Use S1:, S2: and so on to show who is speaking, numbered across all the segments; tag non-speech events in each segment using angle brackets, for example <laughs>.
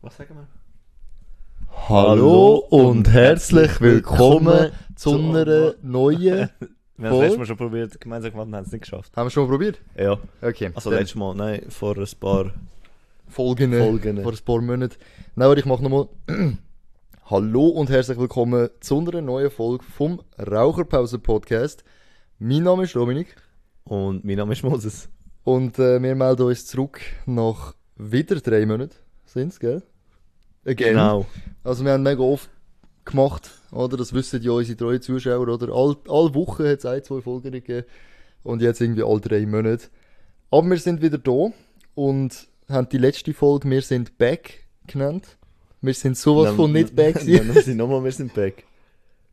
S1: Was sagen wir?
S2: Hallo und herzlich willkommen zu
S1: zu
S2: einer neuen.
S1: Wir haben
S2: Voll.
S1: das letzte Mal schon probiert, gemeinsam gemacht und haben es nicht geschafft.
S2: <laughs> Haben wir schon mal probiert?
S1: Ja.
S2: Okay.
S1: Also
S2: dann
S1: letztes Mal, nein, vor ein paar.
S2: Folgen,
S1: Folgen.
S2: vor ein paar Monaten. Nein, aber ich mache nochmal. <clears throat> Hallo und herzlich willkommen zu einer neuen Folge vom Raucherpause Podcast. Mein Name ist Dominik
S1: Und mein Name ist Moses.
S2: und äh, wir melden uns zurück nach wieder drei Monaten. Sind's, gell? Again.
S1: Genau.
S2: Also wir haben mega oft gemacht, oder? Das wissen ja unsere treuen Zuschauer, oder? All, alle Wochen hat es ein, zwei Folgen gegeben und jetzt irgendwie alle drei Monate. Aber wir sind wieder da und haben die letzte Folge «Wir sind back» genannt. Wir sind sowas
S1: Dann- <laughs>
S2: von nicht back.
S1: Dann wir sind nochmal, wir sind back.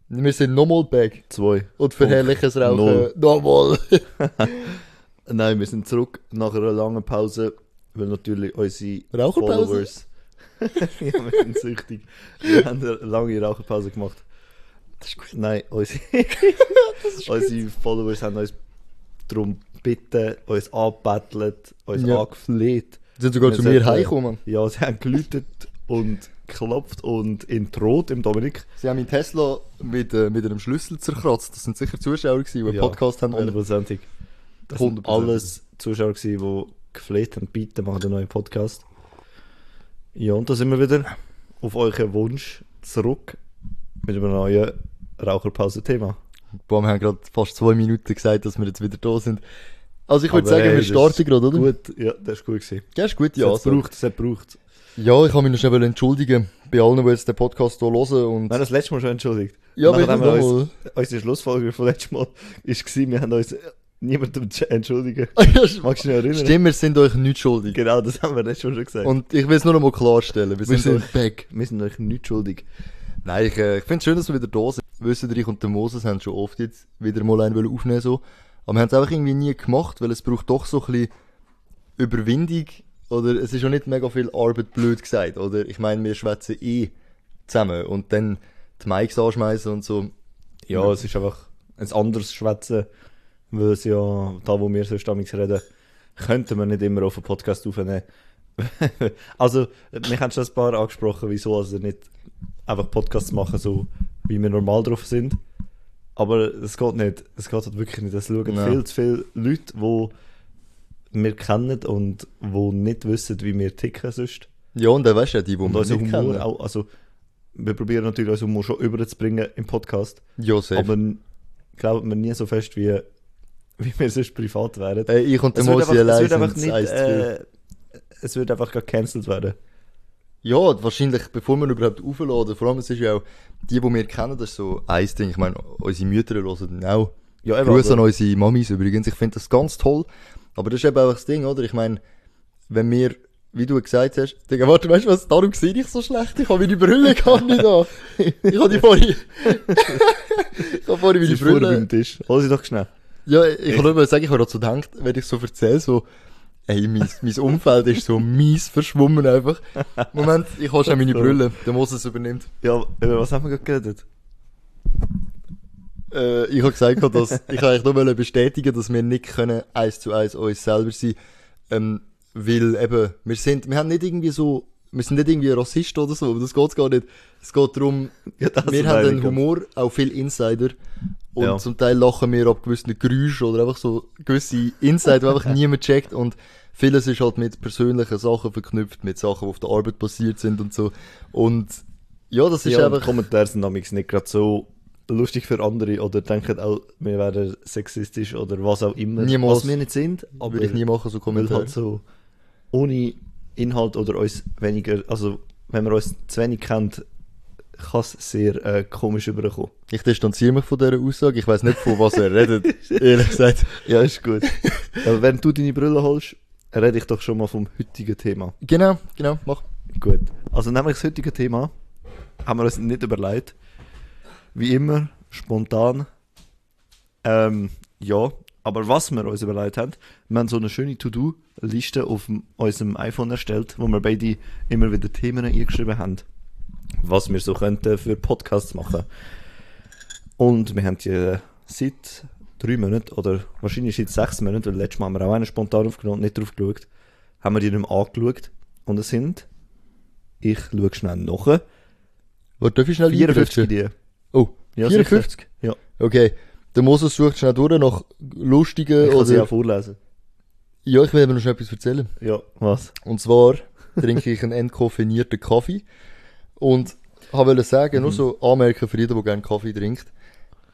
S2: wir sind nochmal back
S1: Zwei.
S2: und verherrlichen äh, das Rauchen.
S1: Null.
S2: Nochmal.
S1: Nein, wir sind zurück nach einer langen Pause, weil natürlich unsere
S2: Raucherpause?
S1: Followers. <laughs> ja, wir sind süchtig. Wir haben eine lange Raucherpause gemacht. Das ist gut. Nein, <laughs> unsere, unsere Followers haben uns darum gebeten, uns angebettelt, uns
S2: Ja.
S1: angefleht.
S2: <laughs> sind sogar
S1: Wir äh,
S2: zu mir
S1: sollten-
S2: heimgekommen.
S1: Ja, sie haben geläutet und geklopft und in die Rot, im Dominik.
S2: Sie haben meinen Tesla mit, äh, mit einem Schlüssel zerkratzt. Das sind sicher Zuschauer, gewesen, die einen
S1: Ja,
S2: Podcast haben. wollen.
S1: Hundertprozentig. Das sind
S2: 100%.
S1: alles Zuschauer, gewesen, die gefleht haben, bitte machen einen neuen Podcast. Ja, und da sind wir wieder auf euren Wunsch zurück mit einem neuen Raucherpause-Thema.
S2: Boah, wir haben gerade fast zwei Minuten gesagt, dass wir jetzt wieder da sind. Also ich würde
S1: Aber
S2: sagen,
S1: hey,
S2: wir
S1: das
S2: starten
S1: ist
S2: gerade, oder?
S1: Gut, ja, das ist gut gewesen.
S2: Ja, ist gut,
S1: Ja,
S2: ja.
S1: es
S2: Also.
S1: braucht, es hat braucht.
S2: Ja, ich kann mich noch schnell entschuldigen bei allen, die jetzt den Podcast hier hören und... <laughs>
S1: Wir haben das letzte Mal schon entschuldigt.
S2: Ja,
S1: Nachher
S2: aber
S1: haben
S2: ich
S1: wir
S2: nochmal.
S1: uns, unsere Schlussfolgerung vom letzten Mal <laughs> war, wir haben uns niemandem zu entschuldigen. Magst du dich erinnern?
S2: Stimmt, wir sind euch nicht schuldig.
S1: Genau, das haben wir letztes Mal schon gesagt.
S2: Und ich will es nur noch mal klarstellen, wir, sind euch back.
S1: wir sind euch nicht schuldig.
S2: Nein, ich, äh, ich finde es schön, dass wir wieder da sind. Wissen ihr, ich und der Moses haben schon oft jetzt wieder mal einen wollen aufnehmen so. Aber wir haben es einfach irgendwie nie gemacht, weil es braucht doch so ein bisschen Überwindung. Oder es ist ja nicht mega viel Arbeit blöd gesagt, oder? Ich meine, wir schwätzen eh zusammen und dann die Mikes anschmeißen und so.
S1: Ja, es ist einfach ein anderes Schwätzen, weil es ja, da wo wir so stammig reden, könnten wir nicht immer auf einen Podcast aufnehmen. <laughs> also, mich haben schon ein paar angesprochen, wieso also nicht einfach Podcasts machen, so wie wir normal drauf sind. Aber es geht nicht, es geht halt wirklich nicht. Es schauen
S2: Nein.
S1: viel zu viele Leute, die wir kennen und die nicht wissen, wie wir ticken sonst.
S2: Ja, und dann weißt du ja, die, die
S1: Und
S2: wir
S1: unseren
S2: nicht
S1: Humor
S2: kennen.
S1: auch, also wir probieren natürlich unseren Humor schon überzubringen im Podcast,
S2: Ja, safe.
S1: aber n- glaubt mir nie so fest, wie, wie wir sonst privat wären.
S2: Ey, ich und der
S1: es, wird
S2: Mosi
S1: einfach, es
S2: allein
S1: wird einfach
S2: Äh, sind
S1: nicht,
S2: eins zu viel.
S1: äh, es wird einfach gar gecancelt werden.
S2: Ja, wahrscheinlich, bevor wir überhaupt aufladen, vor allem es ist ja auch, die, die wir kennen, das ist so ein Ding. Ich meine, unsere Mütter hören dann auch.
S1: Ja, eben,
S2: Grüße an
S1: aber-
S2: unsere Mamis übrigens, ich finde das ganz toll. Aber das ist eben einfach das Ding, oder? Ich meine, wenn wir, wie du gesagt hast, Digga, warte, weißt du was, darum sehe ich so schlecht, ich habe meine Brille gar
S1: <laughs>
S2: nicht an. Ich habe die vorhin... <laughs> ich habe vorhin meine
S1: Sie fuhren
S2: Brille...
S1: beim Tisch. Hol sie doch schnell.
S2: Ja, ich kann nur mal sagen, ich habe dazu gedacht, wenn ich so erzähle, so, ey, mein, mein Umfeld ist so mies verschwommen einfach. Moment, ich habe schon meine Brille, der Moses übernimmt.
S1: Ja, über was haben wir gerade geredet?
S2: Äh, ich habe gesagt,
S1: <laughs>
S2: gehabt, dass, ich wollte eigentlich nur wollen bestätigen, dass wir nicht können eins zu eins uns selber sein, ähm, weil eben, wir sind, wir haben nicht irgendwie so, wir sind nicht irgendwie Rassisten oder so, aber das geht's gar nicht. Es geht darum,
S1: Ja, das
S2: wir
S1: meine
S2: haben einen
S1: ich.
S2: Humor, auch viel Insider. Und
S1: Ja.
S2: zum Teil lachen wir ab gewissen Geräuschen oder einfach so gewisse Insider, die
S1: <laughs>
S2: einfach niemand checkt. Und vieles ist halt mit persönlichen Sachen verknüpft, mit Sachen, die auf der Arbeit passiert sind und so. Und ja, das ist
S1: Ja, und die
S2: einfach.
S1: Kommentare sind damals nicht gerade so lustig für andere oder denken auch, wir wären sexistisch oder was auch immer.
S2: Niemals.
S1: Was wir nicht sind, aber
S2: Würde ich nie machen, so
S1: Weil
S2: Kommentare.
S1: halt so ohne Inhalt oder uns weniger, also wenn man uns zu wenig kennt, kann es sehr äh, komisch überkommen.
S2: Ich distanziere mich von dieser Aussage. Ich weiß nicht, von was er
S1: <laughs>
S2: redet. ehrlich gesagt.
S1: Ja, ist
S2: <laughs>
S1: gut. Aber wenn du deine Brille holst, rede ich doch schon mal vom heutigen Thema.
S2: Genau, genau, mach.
S1: Gut. Also nämlich das heutige Thema haben wir uns nicht überlegt. Wie immer, spontan. Ähm, ja, aber was wir uns überlegt haben, wir haben so eine schöne To-Do-Liste auf dem- unserem iPhone erstellt, wo wir beide immer wieder Themen eingeschrieben haben, was wir so könnten für Podcasts machen. Und wir haben die seit drei Monaten oder wahrscheinlich seit sechs Monaten, weil letztes Mal haben wir auch einen spontan aufgenommen und nicht drauf geschaut, haben wir die nicht mehr angeschaut. Und es sind Ich schaue schnell nach.
S2: Warte, darf ich schnell
S1: 54
S2: eingreifen?
S1: Ideen.
S2: Oh,
S1: Ja,
S2: 54?
S1: sicher.
S2: Okay. Der Moses sucht schnell durch nach lustigen
S1: Ich kann sie
S2: oder...
S1: auch vorlesen.
S2: Ja, ich will ihm noch schnell etwas erzählen.
S1: Ja, <laughs> was?
S2: Und zwar trinke ich einen entkoffinierten Kaffee. Und ich wollte sagen,
S1: Mhm.
S2: nur so anmerken für jeden, der gerne Kaffee trinkt.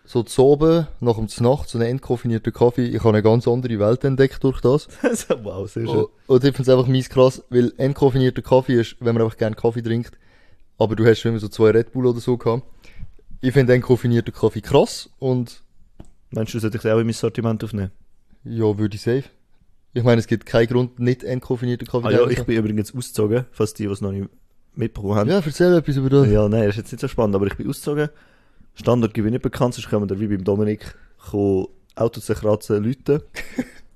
S2: So zu oben, nach dem Znacht, so einen entkoffinierten Kaffee, ich habe eine ganz andere Welt entdeckt durch das.
S1: Also, wow, sehr schön.
S2: Und, und ich finde es einfach mies krass, weil entkoffinierter Kaffee ist, wenn man einfach gerne Kaffee trinkt, aber du hast schon immer so zwei Red Bull oder so gehabt. Ich finde entkoffinierten Kaffee krass und
S1: Meinst du, sollte ich das auch in mein Sortiment aufnehmen?
S2: ja, würde ich safe. Ich meine, es gibt keinen Grund, nicht entkoffinierten Kaffee
S1: Ah, ja,
S2: zu
S1: ich
S2: trinken.
S1: bin übrigens ausgezogen, falls die, die es noch nicht mitbekommen haben.
S2: Ja, erzähl etwas über das.
S1: Ja, nein, ist jetzt nicht so spannend, aber ich bin ausgezogen. Standortgewinn nicht bekannt, sonst kommen wir wie beim Dominik kommen Autos zerkratzen, <laughs> Leute.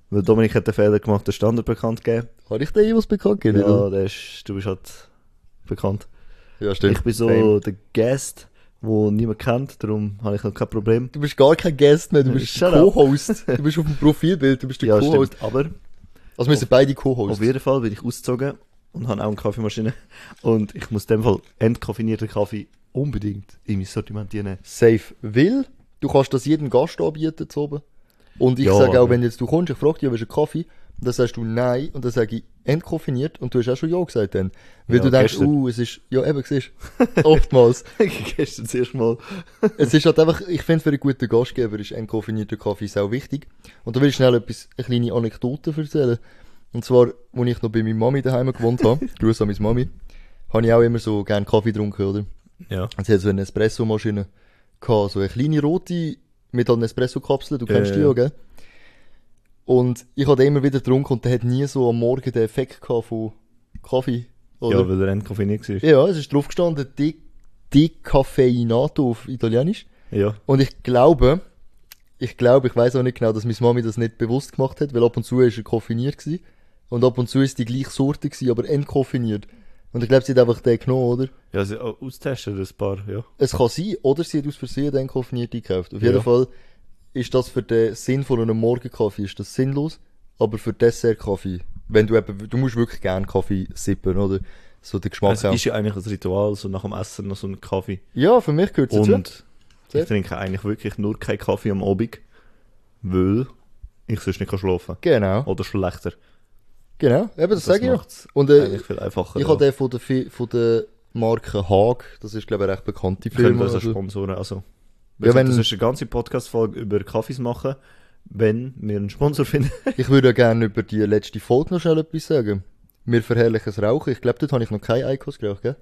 S1: Weil Dominik hat den Fehler gemacht, den Standort bekannt zu geben.
S2: Habe ich dir jemals bekannt gegeben?
S1: Ja,
S2: oder?
S1: der ist, du bist halt bekannt.
S2: ja stimmt.
S1: Ich bin so
S2: Fame.
S1: der Guest, wo niemand kennt, darum habe ich noch kein Problem.
S2: Du bist gar kein Guest mehr, du bist
S1: Shut up. <laughs>
S2: Co-Host. Du bist auf dem Profilbild, du bist der
S1: Ja,
S2: Co-Host.
S1: stimmt, aber
S2: Also wir sind beide
S1: auf
S2: Co-Hosts.
S1: jeden Fall bin ich ausgezogen und habe auch eine Kaffeemaschine. Und ich muss in dem Fall entkoffinierten Kaffee unbedingt in mein Sortiment
S2: <laughs>
S1: nehmen.
S2: Safe will. Du kannst das jedem Gast anbieten zu oben. Und ich
S1: Ja,
S2: sage auch,
S1: aber-
S2: wenn jetzt du kommst, ich frage dich, willst du einen Kaffee? Und dann sagst du nein und dann sage ich entkoffiniert und du hast auch schon ja gesagt dann. Weil
S1: Ja,
S2: du denkst,
S1: gestern.
S2: uh, es ist, <laughs> ja eben, siehst du. <laughs> oftmals.
S1: Gestern das erste Mal.
S2: es ist halt einfach, ich finde für einen guten Gastgeber ist ein koffinierter Kaffee sehr wichtig. Und da will ich schnell etwas, eine kleine Anekdote erzählen. Und zwar, als ich noch bei meiner Mami daheim gewohnt habe, <laughs> Grüße an meine Mami, habe ich auch immer so gerne Kaffee getrunken, oder?
S1: Ja.
S2: Und sie hat Also, so eine Espresso-Maschine gehabt, so eine kleine rote mit einer Espresso-Kapsel, du kennst
S1: Ja,
S2: die
S1: ja.
S2: ja, gell? Und ich habe den immer wieder getrunken und der hat nie so am Morgen den Effekt gehabt von Kaffee, oder?
S1: Ja, weil der entkoffiniert war.
S2: Ja, es ist drauf gestanden, De- Decaffeinato auf Italienisch.
S1: Ja.
S2: Und ich glaube, ich glaube, ich weiß auch nicht genau, dass meine Mami das nicht bewusst gemacht hat, weil ab und zu ist er koffiniert gewesen. Und ab und zu ist die gleiche Sorte gewesen, aber entkoffiniert. Und ich glaube, sie hat einfach den genommen, oder?
S1: Ja, sie au- austesten das Paar, ja.
S2: Es kann sein, oder sie hat aus Versehen den entkoffiniert gekauft. Auf jeden
S1: Ja.
S2: Fall ist das für den Sinn von einem Morgenkaffee ist das sinnlos, aber für Dessertkaffee, wenn du eben, du musst wirklich gerne Kaffee sippen, oder? So den Geschmack
S1: Es
S2: haben.
S1: Also, ist ja eigentlich ein Ritual, so nach dem Essen noch so einen Kaffee.
S2: Ja, für mich gehört es dazu.
S1: Und ich
S2: Sehr.
S1: trinke eigentlich wirklich nur keinen Kaffee am Abend, weil ich sonst nicht kann schlafen
S2: Genau,
S1: Oder schlechter.
S2: genau. Eben, das, sage ich ja.
S1: macht's
S2: Und äh,
S1: eigentlich viel einfacher.
S2: Ich
S1: ja.
S2: habe den von der, Fi- von der Marke Haag, das ist glaube ich eine recht bekannte
S1: Wir können
S2: Firma.
S1: das als
S2: Also,
S1: Sponsoren, also.
S2: Ja,
S1: Ja, wenn
S2: wenn-
S1: das ist eine ganze Podcast-Folge über Kaffees machen, wenn wir einen Sponsor <laughs> finden.
S2: ich würde ja gerne über die letzte Folge noch schnell etwas sagen. Wir verherrlichen das Rauchen. Ich glaube, dort habe ich noch keine Icos geraucht, gell?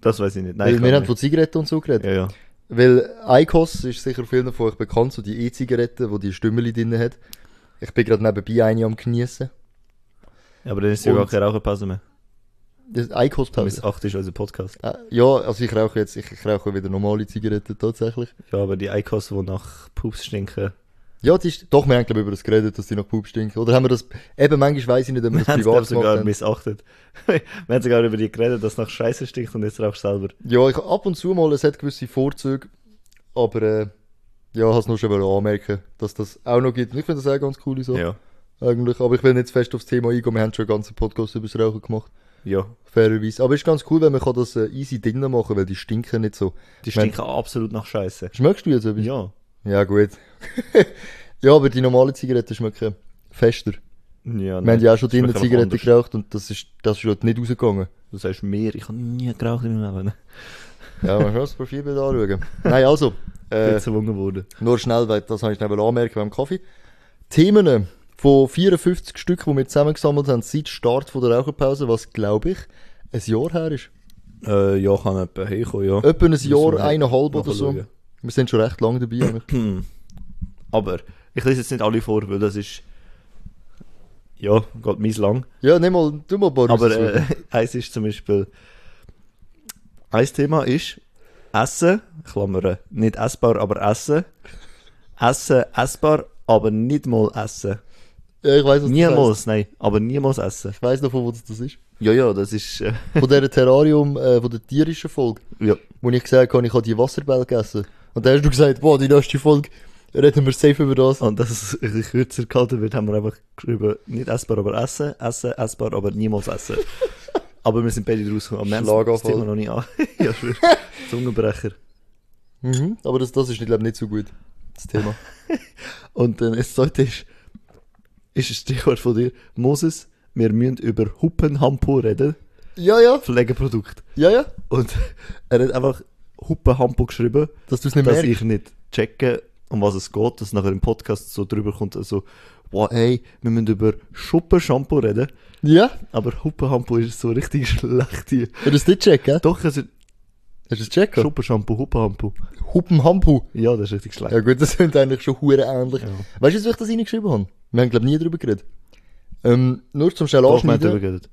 S1: Das weiß ich nicht. Nein,
S2: Weil
S1: ich
S2: wir
S1: glaub
S2: haben von Zigaretten und so geredet.
S1: nicht. Ja, ja.
S2: Weil Icos ist sicher vielen von euch bekannt, so die E-Zigarette, wo die Stümmeli drin hat. Ich bin gerade nebenbei eine am Geniessen.
S1: Aber dann ist ja
S2: Und-
S1: gar keine Raucherpause mehr.
S2: Das icos
S1: Bis
S2: pause
S1: 8 ist unser Podcast.
S2: Ja, also ich rauche jetzt, ich, ich rauche wieder normale Zigaretten tatsächlich.
S1: Ja, aber die Eikos, die nach Pups stinken, <laughs>
S2: Ja, das ist, doch, wir haben glaube ich über das geredet, dass die nach Pup stinken. Oder haben wir das, eben manchmal weiss ich nicht, ob wir das <laughs>
S1: Wir haben es, glaub,
S2: privat gemacht
S1: sogar
S2: haben.
S1: missachtet. <laughs> Wir haben sogar über die geredet, dass es nach Scheiße stinkt und jetzt rauchst du selber.
S2: Ja, ich ab und zu mal, es hat gewisse Vorzüge, aber äh, ja, ich es nur schon wollen anmerken, dass das auch noch gibt. Und ich finde das auch eine ganz coole Sache,
S1: Ja.
S2: eigentlich. Aber ich will nicht zu fest aufs Thema eingehen, wir haben schon einen ganzen Podcast über das Rauchen gemacht,
S1: Ja.
S2: fairerweise. Aber es ist ganz cool, wenn man kann das äh, easy drinnen machen weil die stinken nicht so.
S1: Die stinken absolut nach Scheiße.
S2: Schmeckst du jetzt etwas?
S1: Ja.
S2: Ja, gut. <laughs> ja, aber die normalen Zigaretten schmecken fester.
S1: Ja,
S2: Wir haben ja auch schon drinnen
S1: Schmecken einfach
S2: Zigaretten
S1: anders.
S2: geraucht und das ist, das ist halt nicht rausgegangen.
S1: Du sagst mir, ich habe nie geraucht in meinem Leben.
S2: Ja, man kann das Profilbild anschauen. Nein, also,
S1: Ich bin
S2: äh,
S1: gezwungen worden.
S2: nur schnell, weil das habe ich schnell anmerken beim Kaffee. Themen äh, von 54 Stück, die wir zusammengesammelt haben, seit Start von der Raucherpause, was glaube ich, ein Jahr her ist.
S1: Äh, ja, kann jemand herkommen, ja.
S2: Etwa ein
S1: wir
S2: Jahr, eineinhalb oder so.
S1: nachschauen.
S2: Wir sind schon recht lange dabei. eigentlich.
S1: Aber ich lese jetzt nicht alle vor, weil das ist. Ja, geht mies lang.
S2: ja, nimm mal, tu mal ein paar
S1: Aber
S2: raussuchen.
S1: äh, <laughs> eins ist zum Beispiel. Ein Thema ist Essen, Klammern, nicht essbar, aber Essen. Essen, essbar, aber nicht mal essen. äh,
S2: ja, ich weiß, was das heisst.
S1: Niemals, nein, aber niemals essen.
S2: Ich weiß noch, von wo das das ist.
S1: Ja, ja, das ist. Äh, <laughs>
S2: Von dieser Terrarium, äh, von der tierischen Folge,
S1: ja.
S2: wo ich gesagt habe, ich habe die Wasserbälle gegessen. Und dann hast du gesagt, boah, die nächste Folge, reden wir safe über das.
S1: Und dass es ein bisschen kürzer
S2: <laughs>
S1: gehalten wird, haben wir einfach geschrieben, nicht essbar, aber essen, essen, essbar, aber niemals essen. Aber wir sind beide rausgekommen. Aber wir haben das
S2: Schlaganfall.
S1: Thema noch nicht an. <laughs> ja,
S2: <laughs>
S1: schwör. Zungenbrecher.
S2: Mhm. Aber das, das ist, ich glaube, nicht so gut, das Thema.
S1: <laughs> Und dann das zweite ist, ist ein Stichwort von dir. Moses, wir müssen über Huppenhampo reden.
S2: ja, ja,
S1: Pflegeprodukt.
S2: ja, ja.
S1: Und <laughs> er hat einfach Huppenhampo geschrieben,
S2: Dass du es nicht
S1: dass
S2: merkst.
S1: ich nicht checke, um was es geht, dass nachher im Podcast so drüber kommt, also, wow, hey, wir müssen über Schuppenshampoo reden,
S2: Ja,
S1: aber Huppenhampo ist so richtig <laughs> schlecht hier.
S2: hast du es nicht gecheckt, gell?
S1: Doch, es ist
S2: Hast du es gecheckt?
S1: Schuppenshampoo, Huppenhampo.
S2: Huppenhampu.
S1: Ja, das ist richtig schlecht.
S2: Ja gut, das <laughs> sind eigentlich schon hure ähnlich. Weißt du, wieso ich das reingeschrieben habe? Wir haben, glaube nie drüber geredet. Ähm, nur zum schnell
S1: Doch, wir haben
S2: anschneiden.
S1: darüber geredet.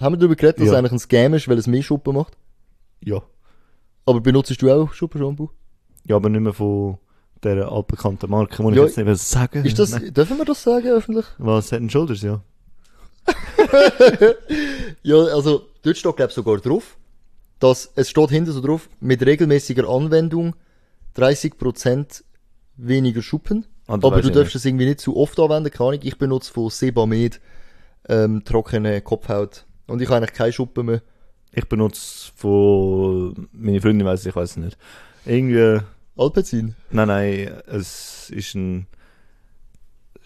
S2: haben wir drüber geredet, dass
S1: Ja.
S2: es eigentlich ein Scam ist, weil es mehr Schuppen macht?
S1: Ja.
S2: Aber benutzt du auch Schuppenshampoo?
S1: Ja, aber nicht mehr von dieser altbekannten Marke, muss
S2: Ja,
S1: ich jetzt nicht mehr sagen.
S2: Ist das, dürfen wir das sagen öffentlich?
S1: Was, Head and Shoulders, ja.
S2: Ja, also dort steht glaube ich sogar drauf, dass es steht hinten so drauf, mit regelmäßiger Anwendung 30% weniger Schuppen.
S1: Ah, das
S2: aber
S1: weiss
S2: du
S1: ich
S2: darfst es irgendwie nicht zu oft anwenden, keine Ahnung. Ich benutze von Sebamed ähm, trockene Kopfhaut. Und ich habe eigentlich keine Schuppen mehr.
S1: Ich benutze von, meine Freundin weiss, ich weiß es nicht. Irgendwie,
S2: Alpezin.
S1: nein, nein, es ist ein,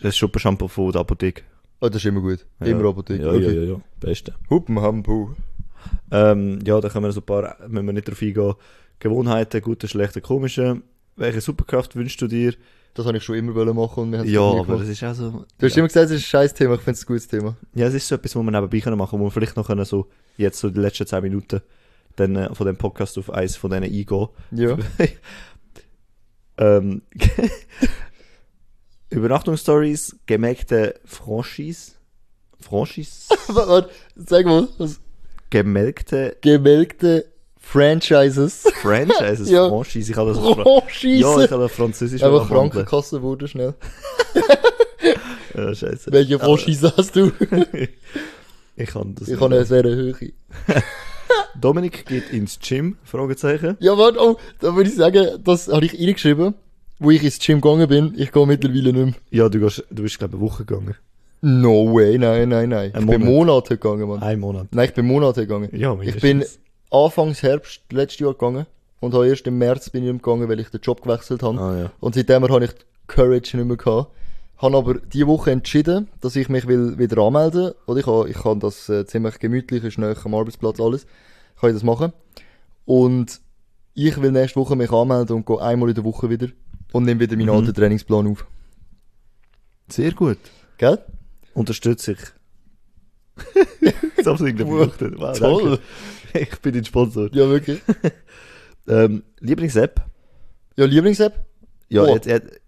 S1: das Schuppenshampoo von der Apotheke.
S2: Ah, das ist immer gut. Immer Apotheke.
S1: Ja,
S2: okay.
S1: ja, ja, ja, beste.
S2: Huppenhampu.
S1: Ähm, ja, da können wir so ein paar, müssen wir nicht drauf eingehen. Gewohnheiten, gute, schlechte, komische. Welche Superkraft wünschst du dir?
S2: Das habe ich schon immer wollen machen und wir haben es
S1: Ja,
S2: nie
S1: aber
S2: gemacht.
S1: das ist auch so.
S2: Du hast immer gesagt, es ist ein scheiß Thema. Ich finde es ein gutes Thema.
S1: Ja, es ist so etwas, was wir nebenbei können machen wo wir vielleicht noch können, so jetzt so die letzten 10 Minuten dann, äh, von dem Podcast auf eins von denen eingehen.
S2: Ja.
S1: <laughs> ähm, <laughs> Übernachtungsstories, gemelkte Franchise. Franchise?
S2: Warte, warte, sag mal, was?
S1: Gemelkte
S2: Gemelkte
S1: <laughs>
S2: Franchises.
S1: Franchises.
S2: <laughs> Ja.
S1: Franchise. Ich habe das auf Fra-
S2: Oh,
S1: Ja,
S2: Scheiße.
S1: ich habe das Französisch
S2: Einfach
S1: verwandelt.
S2: Krankenkasse wurde schnell.
S1: <laughs> Ja, scheiße.
S2: Welche Franchise hast du?
S1: <laughs> Ich kann das.
S2: Ich
S1: nicht.
S2: habe eine sehr Höhe.
S1: Dominik geht ins Gym? Fragezeichen.
S2: Ja, warte, oh, da würde ich sagen, das habe ich reingeschrieben, wo ich ins Gym gegangen bin. Ich gehe mittlerweile nicht mehr.
S1: Ja, du, gehst, du bist, glaube ich, eine Woche gegangen.
S2: No way, nein, nein, nein. Ich
S1: Ein
S2: bin
S1: Monat.
S2: Monate gegangen, Mann.
S1: Ein Monat.
S2: Nein, ich bin Monate gegangen.
S1: Ja,
S2: ich bin
S1: mindestens.
S2: Anfangs Herbst letztes Jahr gegangen und habe erst im März bin ich nicht mehr gegangen, weil ich den Job gewechselt habe.
S1: Ah, ja.
S2: Und seitdem habe ich die Courage nicht mehr gehabt. Habe aber diese Woche entschieden, dass ich mich will wieder anmelden will. Ich kann, ich kann das äh, ziemlich gemütlich, ist nahe am Arbeitsplatz alles. Kann ich das machen. Und ich will nächste Woche mich anmelden und gehe einmal in der Woche wieder und nehme wieder meinen alten Trainingsplan auf.
S1: Sehr gut.
S2: Gell? <laughs>
S1: Unterstütze ich. das habe ich
S2: Wow,
S1: gemacht. Wow,
S2: toll.
S1: Danke. Ich bin dein Sponsor.
S2: Ja, wirklich.
S1: Ähm, Lieblings-App?
S2: <laughs> Ja, Lieblings-App?
S1: Ja,
S2: Oh.
S1: jetzt, jetzt,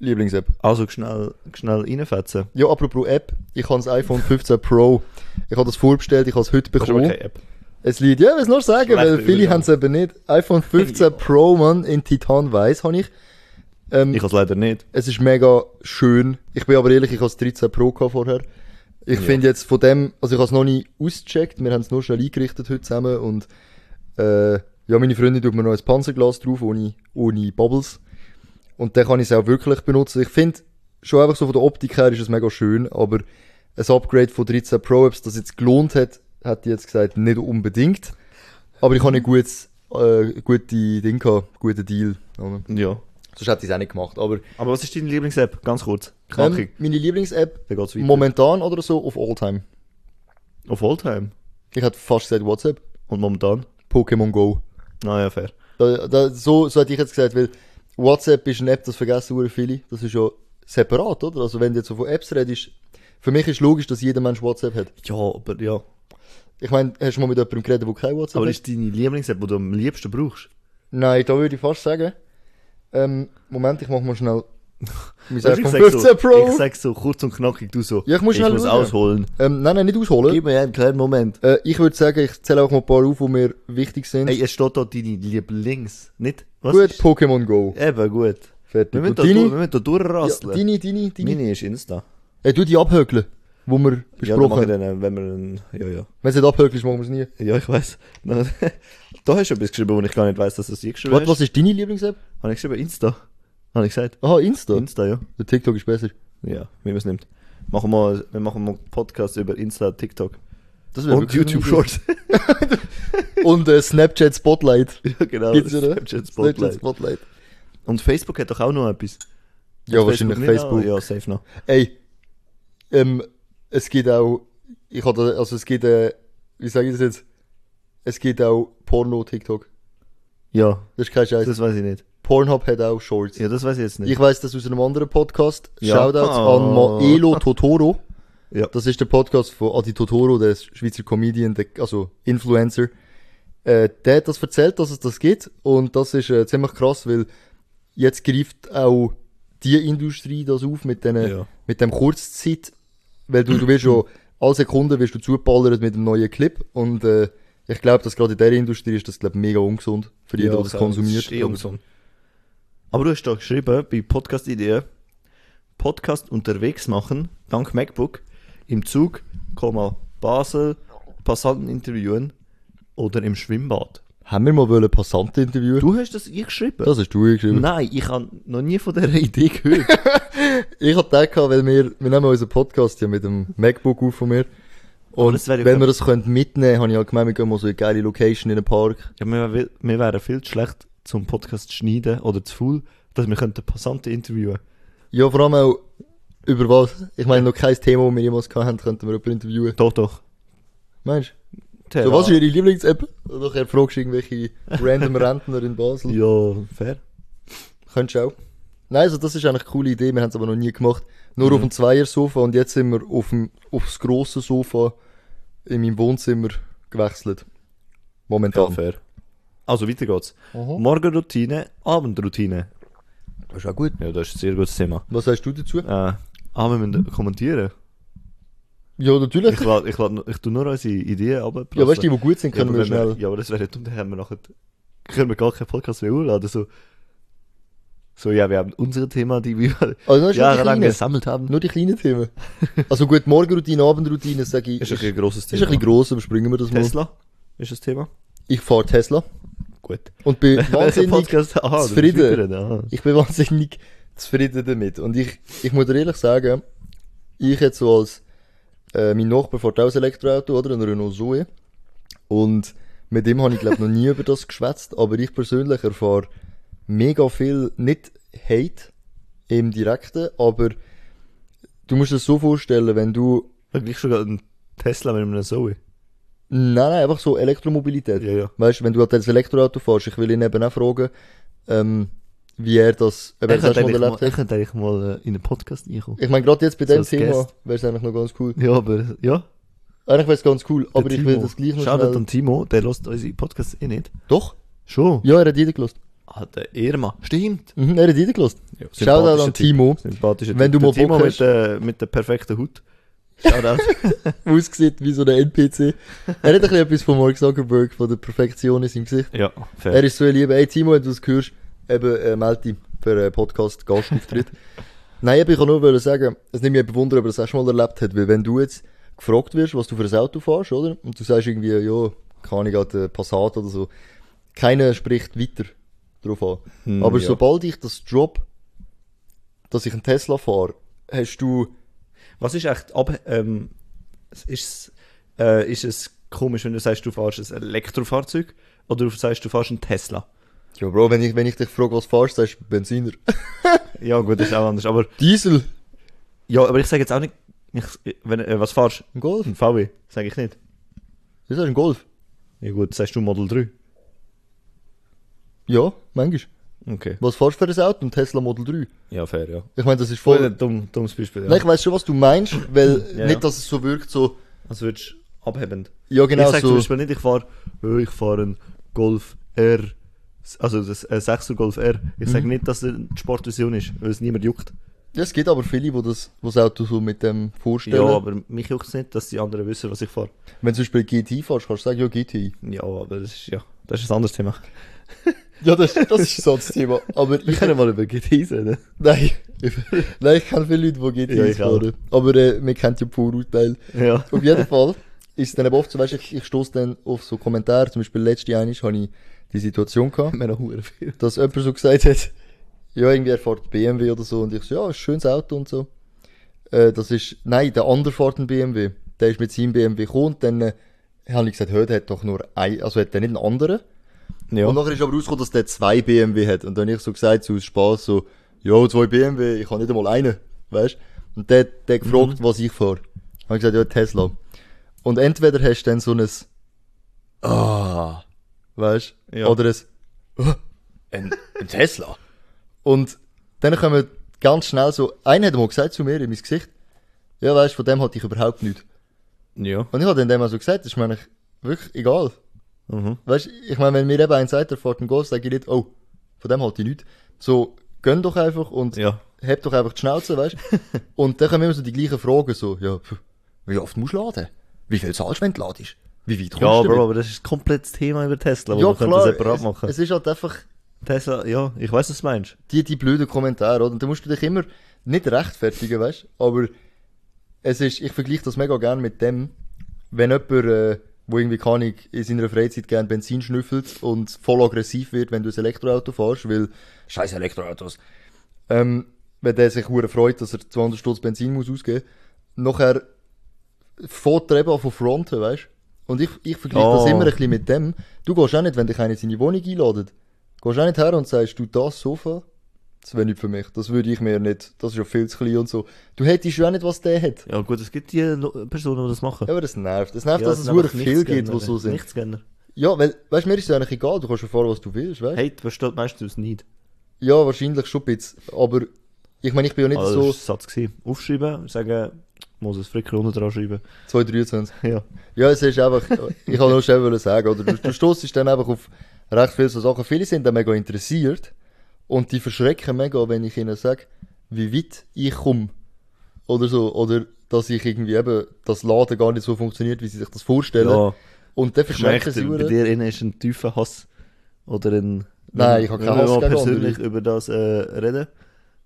S2: Lieblings-App.
S1: also schnell, schnell reinfetzen.
S2: Ja, apropos App. Ich habe das iPhone 15 Pro. Ich habe das vorbestellt, ich habe es heute
S1: Hast du aber
S2: bekommen.
S1: keine App?
S2: Es liegt, ja, ich will's nur sagen,
S1: Schlechte
S2: weil viele
S1: Übergang.
S2: haben es eben nicht. iPhone 15 Pro, Mann, in Titan weiß habe ich. Ähm,
S1: Ich habe es leider nicht.
S2: Es ist mega schön. Ich bin aber ehrlich, ich habe das 13 Pro gehabt vorher. Ich finde jetzt von dem, also ich habe es noch nie ausgecheckt, wir haben es nur schnell eingerichtet heute zusammen und äh, ja, meine Freundin tut mir noch ein Panzerglas drauf, ohne, ohne Bubbles. Und dann kann ich es auch wirklich benutzen. Ich finde, schon einfach so von der Optik her ist es mega schön, aber ein Upgrade von 13 Pro, ob es das jetzt gelohnt hat, hat die jetzt gesagt, nicht unbedingt. Aber ich habe ein gutes, äh, gute Ding gehabt, guten Deal. oder?
S1: Ja.
S2: Sonst hätte ich es auch nicht gemacht, aber
S1: Aber was ist deine Lieblings-App? Ganz kurz.
S2: ähm,
S1: Knackig.
S2: meine Lieblings-App
S1: Dann geht's weiter.
S2: momentan oder so auf Alltime.
S1: Auf Oldtime.
S2: Ich hätte fast gesagt WhatsApp.
S1: Und momentan?
S2: Pokémon Go.
S1: Naja, fair.
S2: Da, da, so, so hätte ich jetzt gesagt, weil WhatsApp ist eine App, das vergessen hure viele. Das ist ja separat, oder? Also wenn du jetzt so von Apps redest, für mich ist logisch, dass jeder Mensch WhatsApp hat.
S1: Ja, aber ja.
S2: Ich meine, hast du mal mit jemandem geredet, der kein WhatsApp
S1: Aber
S2: hat?
S1: ist deine Lieblings-App, die du am liebsten brauchst?
S2: Nein, da würde ich fast sagen. Ähm, Moment, ich mach
S1: <laughs>
S2: mal schnell mein
S1: Weißt du,
S2: iPhone
S1: ich, sag
S2: 15
S1: so,
S2: Äh, Pro.
S1: ich sag so kurz und knackig, du so.
S2: Ja, ich muss schnell
S1: muss
S2: schauen.
S1: ausholen.
S2: ähm, nein, nein, nicht ausholen.
S1: Gib mir einen kleinen Moment.
S2: Äh, ich würde sagen, ich zähle auch mal ein paar auf, die mir wichtig sind.
S1: Ey, es steht da deine Lieblings. Nicht? Was
S2: Gut,
S1: ist-
S2: Pokémon Go.
S1: Eben, gut.
S2: Fertig.
S1: Wir müssen,
S2: Und
S1: da,
S2: deine?
S1: durch- wir müssen da
S2: Ja,
S1: durchrasseln.
S2: deine, deine, deine.
S1: Meine ist Insta.
S2: Ey, du die abhökeln, wo wir
S1: Ja, dann mache ich
S2: besprochen haben.
S1: dann, äh, wenn wir einen, ja, ja.
S2: Wenn es nicht abhökeln ist, machen wir es nie.
S1: Ja, ich weiss. <laughs> da hast du etwas geschrieben, wo ich gar nicht weiss, dass du es geschrieben
S2: Warte,
S1: hast.
S2: was ist deine Lieblings-App?
S1: Habe ich geschrieben? Insta. Habe ich gesagt.
S2: Aha, Insta.
S1: Insta, ja.
S2: Der TikTok ist besser.
S1: Ja, wie man es nimmt. Machen wir, wir machen mal einen Podcast über Insta, TikTok.
S2: Das wär
S1: Und
S2: wirklich eine
S1: YouTube
S2: Idee.
S1: Shorts.
S2: Und äh, Snapchat Spotlight.
S1: <laughs> ja, genau.
S2: Gibt's, oder?
S1: Snapchat Spotlight.
S2: Spotlight.
S1: Und Facebook hat doch auch noch etwas.
S2: Ja,
S1: Hat
S2: wahrscheinlich
S1: nicht
S2: Facebook.
S1: Noch? Ja, safe noch.
S2: Ey, ähm, es gibt auch, ich hatte, also es gibt, äh, wie sage ich das jetzt? Es gibt auch Porno-TikTok.
S1: Ja,
S2: Das ist kein Scheiß.
S1: das weiß ich nicht.
S2: Pornhub hat auch Shorts.
S1: Ja, das weiß ich jetzt nicht.
S2: Ich weiß das aus einem anderen Podcast.
S1: Ja.
S2: Shoutouts an
S1: Ah.
S2: Maelo Totoro.
S1: Ja.
S2: Das ist der Podcast von Adi Totoro, der Schweizer Comedian, der, also Influencer. Äh, der hat das erzählt, dass es das gibt. Und das ist äh, ziemlich krass, weil jetzt greift auch die Industrie das auf mit, den,
S1: Ja.
S2: mit dem Kurzzeit. Weil du, du
S1: <clears throat>
S2: wirst ja, alle Sekunden wirst du zugeballert mit einem neuen Clip. Und äh, ich glaube, dass gerade in dieser Industrie ist das glaub, mega ungesund für jeden, der das
S1: klar,
S2: konsumiert.
S1: ist eh ungesund. Aber du hast doch geschrieben, bei Podcast-Ideen, Podcast unterwegs machen, dank MacBook, im Zug, Komma, Basel, Passanten interviewen oder im Schwimmbad.
S2: Haben wir mal wollen Passanten interviewen?
S1: Du hast das eingeschrieben?
S2: Das hast du geschrieben.
S1: Nein, ich habe noch nie von dieser Idee gehört.
S2: <laughs> Ich hab gedacht, weil wir, wir nehmen unseren Podcast ja mit dem MacBook auf von mir.
S1: Aber
S2: Und
S1: das wäre ja
S2: wenn
S1: gut.
S2: wir das könnten mitnehmen, habe ich halt gemeint, wir gehen mal so in eine geile Location in einen Park.
S1: ja, wir, wär- wir wären viel zu schlecht zum Podcast zu schneiden oder zu faul, dass wir könnten Passanten interviewen
S2: Ja, vor allem auch über was. Ich meine, noch kein Thema, das wir jemals gehabt haben, könnten wir jemanden interviewen.
S1: Doch, doch.
S2: Meinst du?
S1: Terra.
S2: So, was ist Ihre Lieblings-App? Und nachher fragst du irgendwelche random Rentner in Basel.
S1: Ja, fair.
S2: Könntest du auch. Nein, also das ist eigentlich eine coole Idee, wir haben es aber noch nie gemacht. Nur
S1: Mhm.
S2: auf dem Zweiersofa und jetzt sind wir auf dem, aufs grosse Sofa in meinem Wohnzimmer gewechselt. Momentan.
S1: fair. Also weiter geht's.
S2: Aha.
S1: Morgenroutine, Abendroutine.
S2: Das ist auch gut.
S1: Ja, das ist ein sehr gutes Thema.
S2: Was sagst du dazu?
S1: Äh, ah, wir müssen kommentieren.
S2: Ja, natürlich.
S1: Ich, lad, ich, lad, ich tu nur unsere Ideen aber
S2: Ja, weißt du, die, die gut sind, können wir
S1: wenn
S2: schnell.
S1: Ja, aber das wäre dumm, dann haben wir nachher. Können wir gar keinen Podcast mehr hochladen. So, so, ja, wir haben unsere Themen, die wir <laughs>
S2: Also, das ist nur die
S1: jahrelang
S2: kleinen.
S1: gesammelt haben.
S2: Nur die kleinen Themen. Also gut, Morgenroutine, Abendroutine, sage ich. Ist, ist ein
S1: grosses
S2: bisschen gross, aber springen wir das mal.
S1: Tesla ist das Thema.
S2: Ich fahre Tesla
S1: Gut.
S2: und
S1: <laughs>
S2: bin
S1: Welcher
S2: wahnsinnig
S1: Podcast? Aha, du bist
S2: zufrieden.
S1: weiterhin, aha.
S2: ich bin <laughs> wahnsinnig zufrieden damit. Und ich, ich muss dir ehrlich sagen, ich jetzt so als, äh, mein Nachbar fährt auch ein Elektroauto, oder? Ein Renault Zoe. Und mit dem habe ich, glaube noch nie <laughs> über das geschwätzt, aber ich persönlich erfahre mega viel, nicht Hate im Direkten, aber du musst es so vorstellen, wenn du,
S1: Wirklich schon gerade ein Tesla mit einem Zoe.
S2: nein, nein, einfach so Elektromobilität.
S1: Ja, ja.
S2: Weißt du, wenn du halt das Elektroauto fährst, ich will ihn eben auch fragen, ähm, wie er das, ob er
S1: Ich
S2: das auch
S1: könnte eigentlich,
S2: schon erlebt
S1: mal-
S2: hat.
S1: ich könnte eigentlich mal äh, in den Podcast reinkommen.
S2: Ich meine, gerade jetzt bei
S1: So
S2: dem
S1: als
S2: Thema
S1: Guest.
S2: wäre es eigentlich noch ganz cool.
S1: Ja, aber ja.
S2: Eigentlich wäre es ganz cool, aber
S1: Der
S2: ich will
S1: Timo.
S2: das gleich noch
S1: Shoutout
S2: schnell...
S1: an Timo, der lässt unsere Podcasts eh nicht.
S2: Doch?
S1: Schon?
S2: Ja, er hat jeden gelost.
S1: Ah, der Irma. Stimmt.
S2: Mhm, er hat jeden gelost.
S1: Ja,
S2: Shoutout an Timo.
S1: Sympathischer
S2: Wenn
S1: Typ.
S2: du mal
S1: Der Timo
S2: Bock
S1: mit,
S2: hast.
S1: der- mit der perfekten Haut. Shoutout.
S2: <laughs> Ausgesehen wie so ein NPC. Er hat ein bisschen etwas von Mark Zuckerberg, von der Perfektion in seinem Gesicht.
S1: ja,
S2: Er
S1: fair.
S2: ist so ein Lieber. Hey Timo, wenn du das hörst, eben äh, melde dich für einen Podcast, <laughs> Gastauftritt. Nein, eben, ich kann nur wollen sagen, es nimmt mich eben Wunder, ob er das auch schon mal erlebt hat, weil wenn du jetzt gefragt wirst, was du für ein Auto fährst, oder? Und du sagst irgendwie, ja, keine Ahnung, halt, äh, Passat oder so. Keiner spricht weiter drauf an.
S1: Hm,
S2: Aber
S1: ja.
S2: sobald ich das Job, dass ich einen Tesla fahre, hast du,
S1: Was ist echt ab. Ähm, ist, äh, ist es komisch, wenn du sagst, du fährst ein Elektrofahrzeug oder du sagst, du fährst einen Tesla?
S2: ja Bro, wenn ich, wenn ich dich frage, was fährst, sagst du Benziner.
S1: Ja, gut, das ist auch anders. Aber,
S2: Diesel.
S1: ja, aber ich sage jetzt auch nicht, ich, wenn, äh, was fährst
S2: Ein Golf.
S1: du? Ein VW? Sage ich nicht.
S2: Das ist ein Golf.
S1: Ja, gut, sagst du Model 3.
S2: Ja, manchmal.
S1: Okay.
S2: Was fährst du für ein Auto? Ein Tesla Model 3.
S1: Ja, fair, ja.
S2: Ich meine, das ist voll.
S1: Voll ein dumm, dummes Beispiel. Ja.
S2: Nein, ich weiß schon, was du meinst, weil
S1: <laughs> Ja, ja.
S2: nicht, dass es so wirkt, so.
S1: Also würdest du abhebend.
S2: Ja, genau
S1: ich sage zum
S2: so.
S1: Beispiel nicht, ich fahre oh, ich fahr einen Golf R, also das äh, 6er Golf R. Ich
S2: Mhm.
S1: sage nicht, dass es eine Sportversion ist, weil es niemand juckt.
S2: Ja, es gibt aber viele, die das, wo das Auto so mit dem vorstellen.
S1: Ja, aber mich juckt es nicht, dass die anderen wissen, was ich fahre.
S2: Wenn du zum Beispiel GTI fährst, kannst du sagen, ja, GTI.
S1: Ja, aber das ist, ja, das ist ein anderes Thema.
S2: Ja, das, das ist so das Thema. <laughs> Aber ich.
S1: können mal über GTI reden.
S2: Nein, nein, ich kenne viele Leute, die
S1: Ja,
S2: GTI
S1: ich auch.
S2: fahren. Aber äh, wir kennen ja die Vorurteile. <laughs>
S1: Ja.
S2: Auf jeden Fall ist es dann eben oft so, weißt du, ich, ich stoße dann auf so Kommentare. Zum Beispiel, letzte eine habe ich die Situation gehabt.
S1: Wir haben noch verdammt viel.
S2: dass jemand so gesagt hat, ja, irgendwie er fährt BMW oder so und ich so, ja, ist ein schönes Auto und so. Äh, das ist, nein, der andere fährt ein BMW. Der ist mit seinem BMW gekommen und dann äh, habe ich gesagt, hör, der hat doch nur ein, also hat der nicht einen anderen.
S1: Ja.
S2: Und nachher ist aber rausgekommen, dass der zwei BMW hat. Und dann habe ich so gesagt, so aus Spass, so, ja, zwei BMW, ich habe nicht einmal einen. Weißt Und der, der hat gefragt, was ich fahre. Habe ich gesagt, ja, Tesla. Und entweder hast du dann so ein, ah, weißt
S1: Ja.
S2: Oder ein, «Ah, <laughs> ein, ein Tesla. Und dann kommen ganz schnell so, einer hat mal gesagt zu mir in mein Gesicht, ja, weißt von dem hatte ich überhaupt nichts.
S1: Ja.
S2: Und ich habe dann dem auch so gesagt, das ist mir eigentlich wirklich egal.
S1: Mhm.
S2: Weißt ich meine, wenn mir eben ein sagt, er fährt einen Golf, sage ich nicht, oh, von dem halte ich nichts. So, gönn doch einfach und
S1: Ja.
S2: heb doch einfach die
S1: <laughs>
S2: Schnauze, weißt Und dann kommen immer so die gleichen Fragen, so, ja, pf, wie oft musst du laden? Wie viel zahlst du, wenn du ladest? Wie weit kommst
S1: Ja,
S2: du?
S1: Bro, aber das ist ein komplettes Thema über Tesla, wo
S2: damit? ja,
S1: wir können
S2: klar,
S1: das separat
S2: es,
S1: machen.
S2: es ist halt einfach
S1: Tesla, ja, ich weiß, was du meinst.
S2: die, die blöden Kommentare, oder? Und da musst du dich immer nicht rechtfertigen, weißt Aber es ist, ich vergleiche das mega gern mit dem, wenn jemand, äh, wo irgendwie kann ich in seiner Freizeit gern Benzin schnüffelt und voll aggressiv wird, wenn du ein Elektroauto fährst, weil scheiß Elektroautos. Ähm, wenn der sich hure freut, dass er 200 Stutz Benzin muss ausgeben, nachher fährt er eben an von Fronten, weißt? Und ich, ich vergleiche das
S1: Oh.
S2: immer ein bisschen mit dem. Du gehst auch nicht, wenn dich einer in seine Wohnung einladet, gehst auch nicht her und sagst, du das Sofa, das wäre nicht für mich, das würde ich mir nicht, das ist ja viel zu klein und so. Du hättest ja auch nicht, was der hat.
S1: Ja, gut, es gibt die Lo- Personen, die das machen.
S2: Ja, aber das nervt. Das nervt,
S1: Ja,
S2: dass
S1: das
S2: es
S1: sind einfach
S2: wirklich viel gibt, die
S1: Nichtsgönner.
S2: so sind.
S1: Nichtsgönner.
S2: Ja, weil, weißt du, mir ist es eigentlich egal, du kannst ja fahren, was du willst, weißt du?
S1: Hate versteht meistens aus Neid.
S2: Ja, wahrscheinlich schon ein bisschen, aber ich meine, ich bin ja nicht
S1: Also,
S2: so
S1: das war ein Satz. Gewesen. Aufschreiben, sagen, Moses Fricker unten dran schreiben.
S2: 223.
S1: Ja.
S2: Ja, es ist einfach, ich kann nur schnell wollen sagen, oder? Du, du stossest dann einfach auf recht viele so Sachen. Viele sind dann mega interessiert und die verschrecken mega, wenn ich ihnen sage, wie weit ich komme. Oder so, oder dass ich irgendwie eben das Laden gar nicht so funktioniert, wie sie sich das vorstellen.
S1: Ja.
S2: Und dann
S1: Ich
S2: verschrecken
S1: merke,
S2: sie.
S1: bei
S2: hure.
S1: dir innen ist ein tiefer Hass. Oder ein...
S2: Nein, ich hab keinen
S1: Wenn wir
S2: Hass
S1: mal
S2: gegen andere
S1: persönlich
S2: Leute.
S1: über das äh, reden.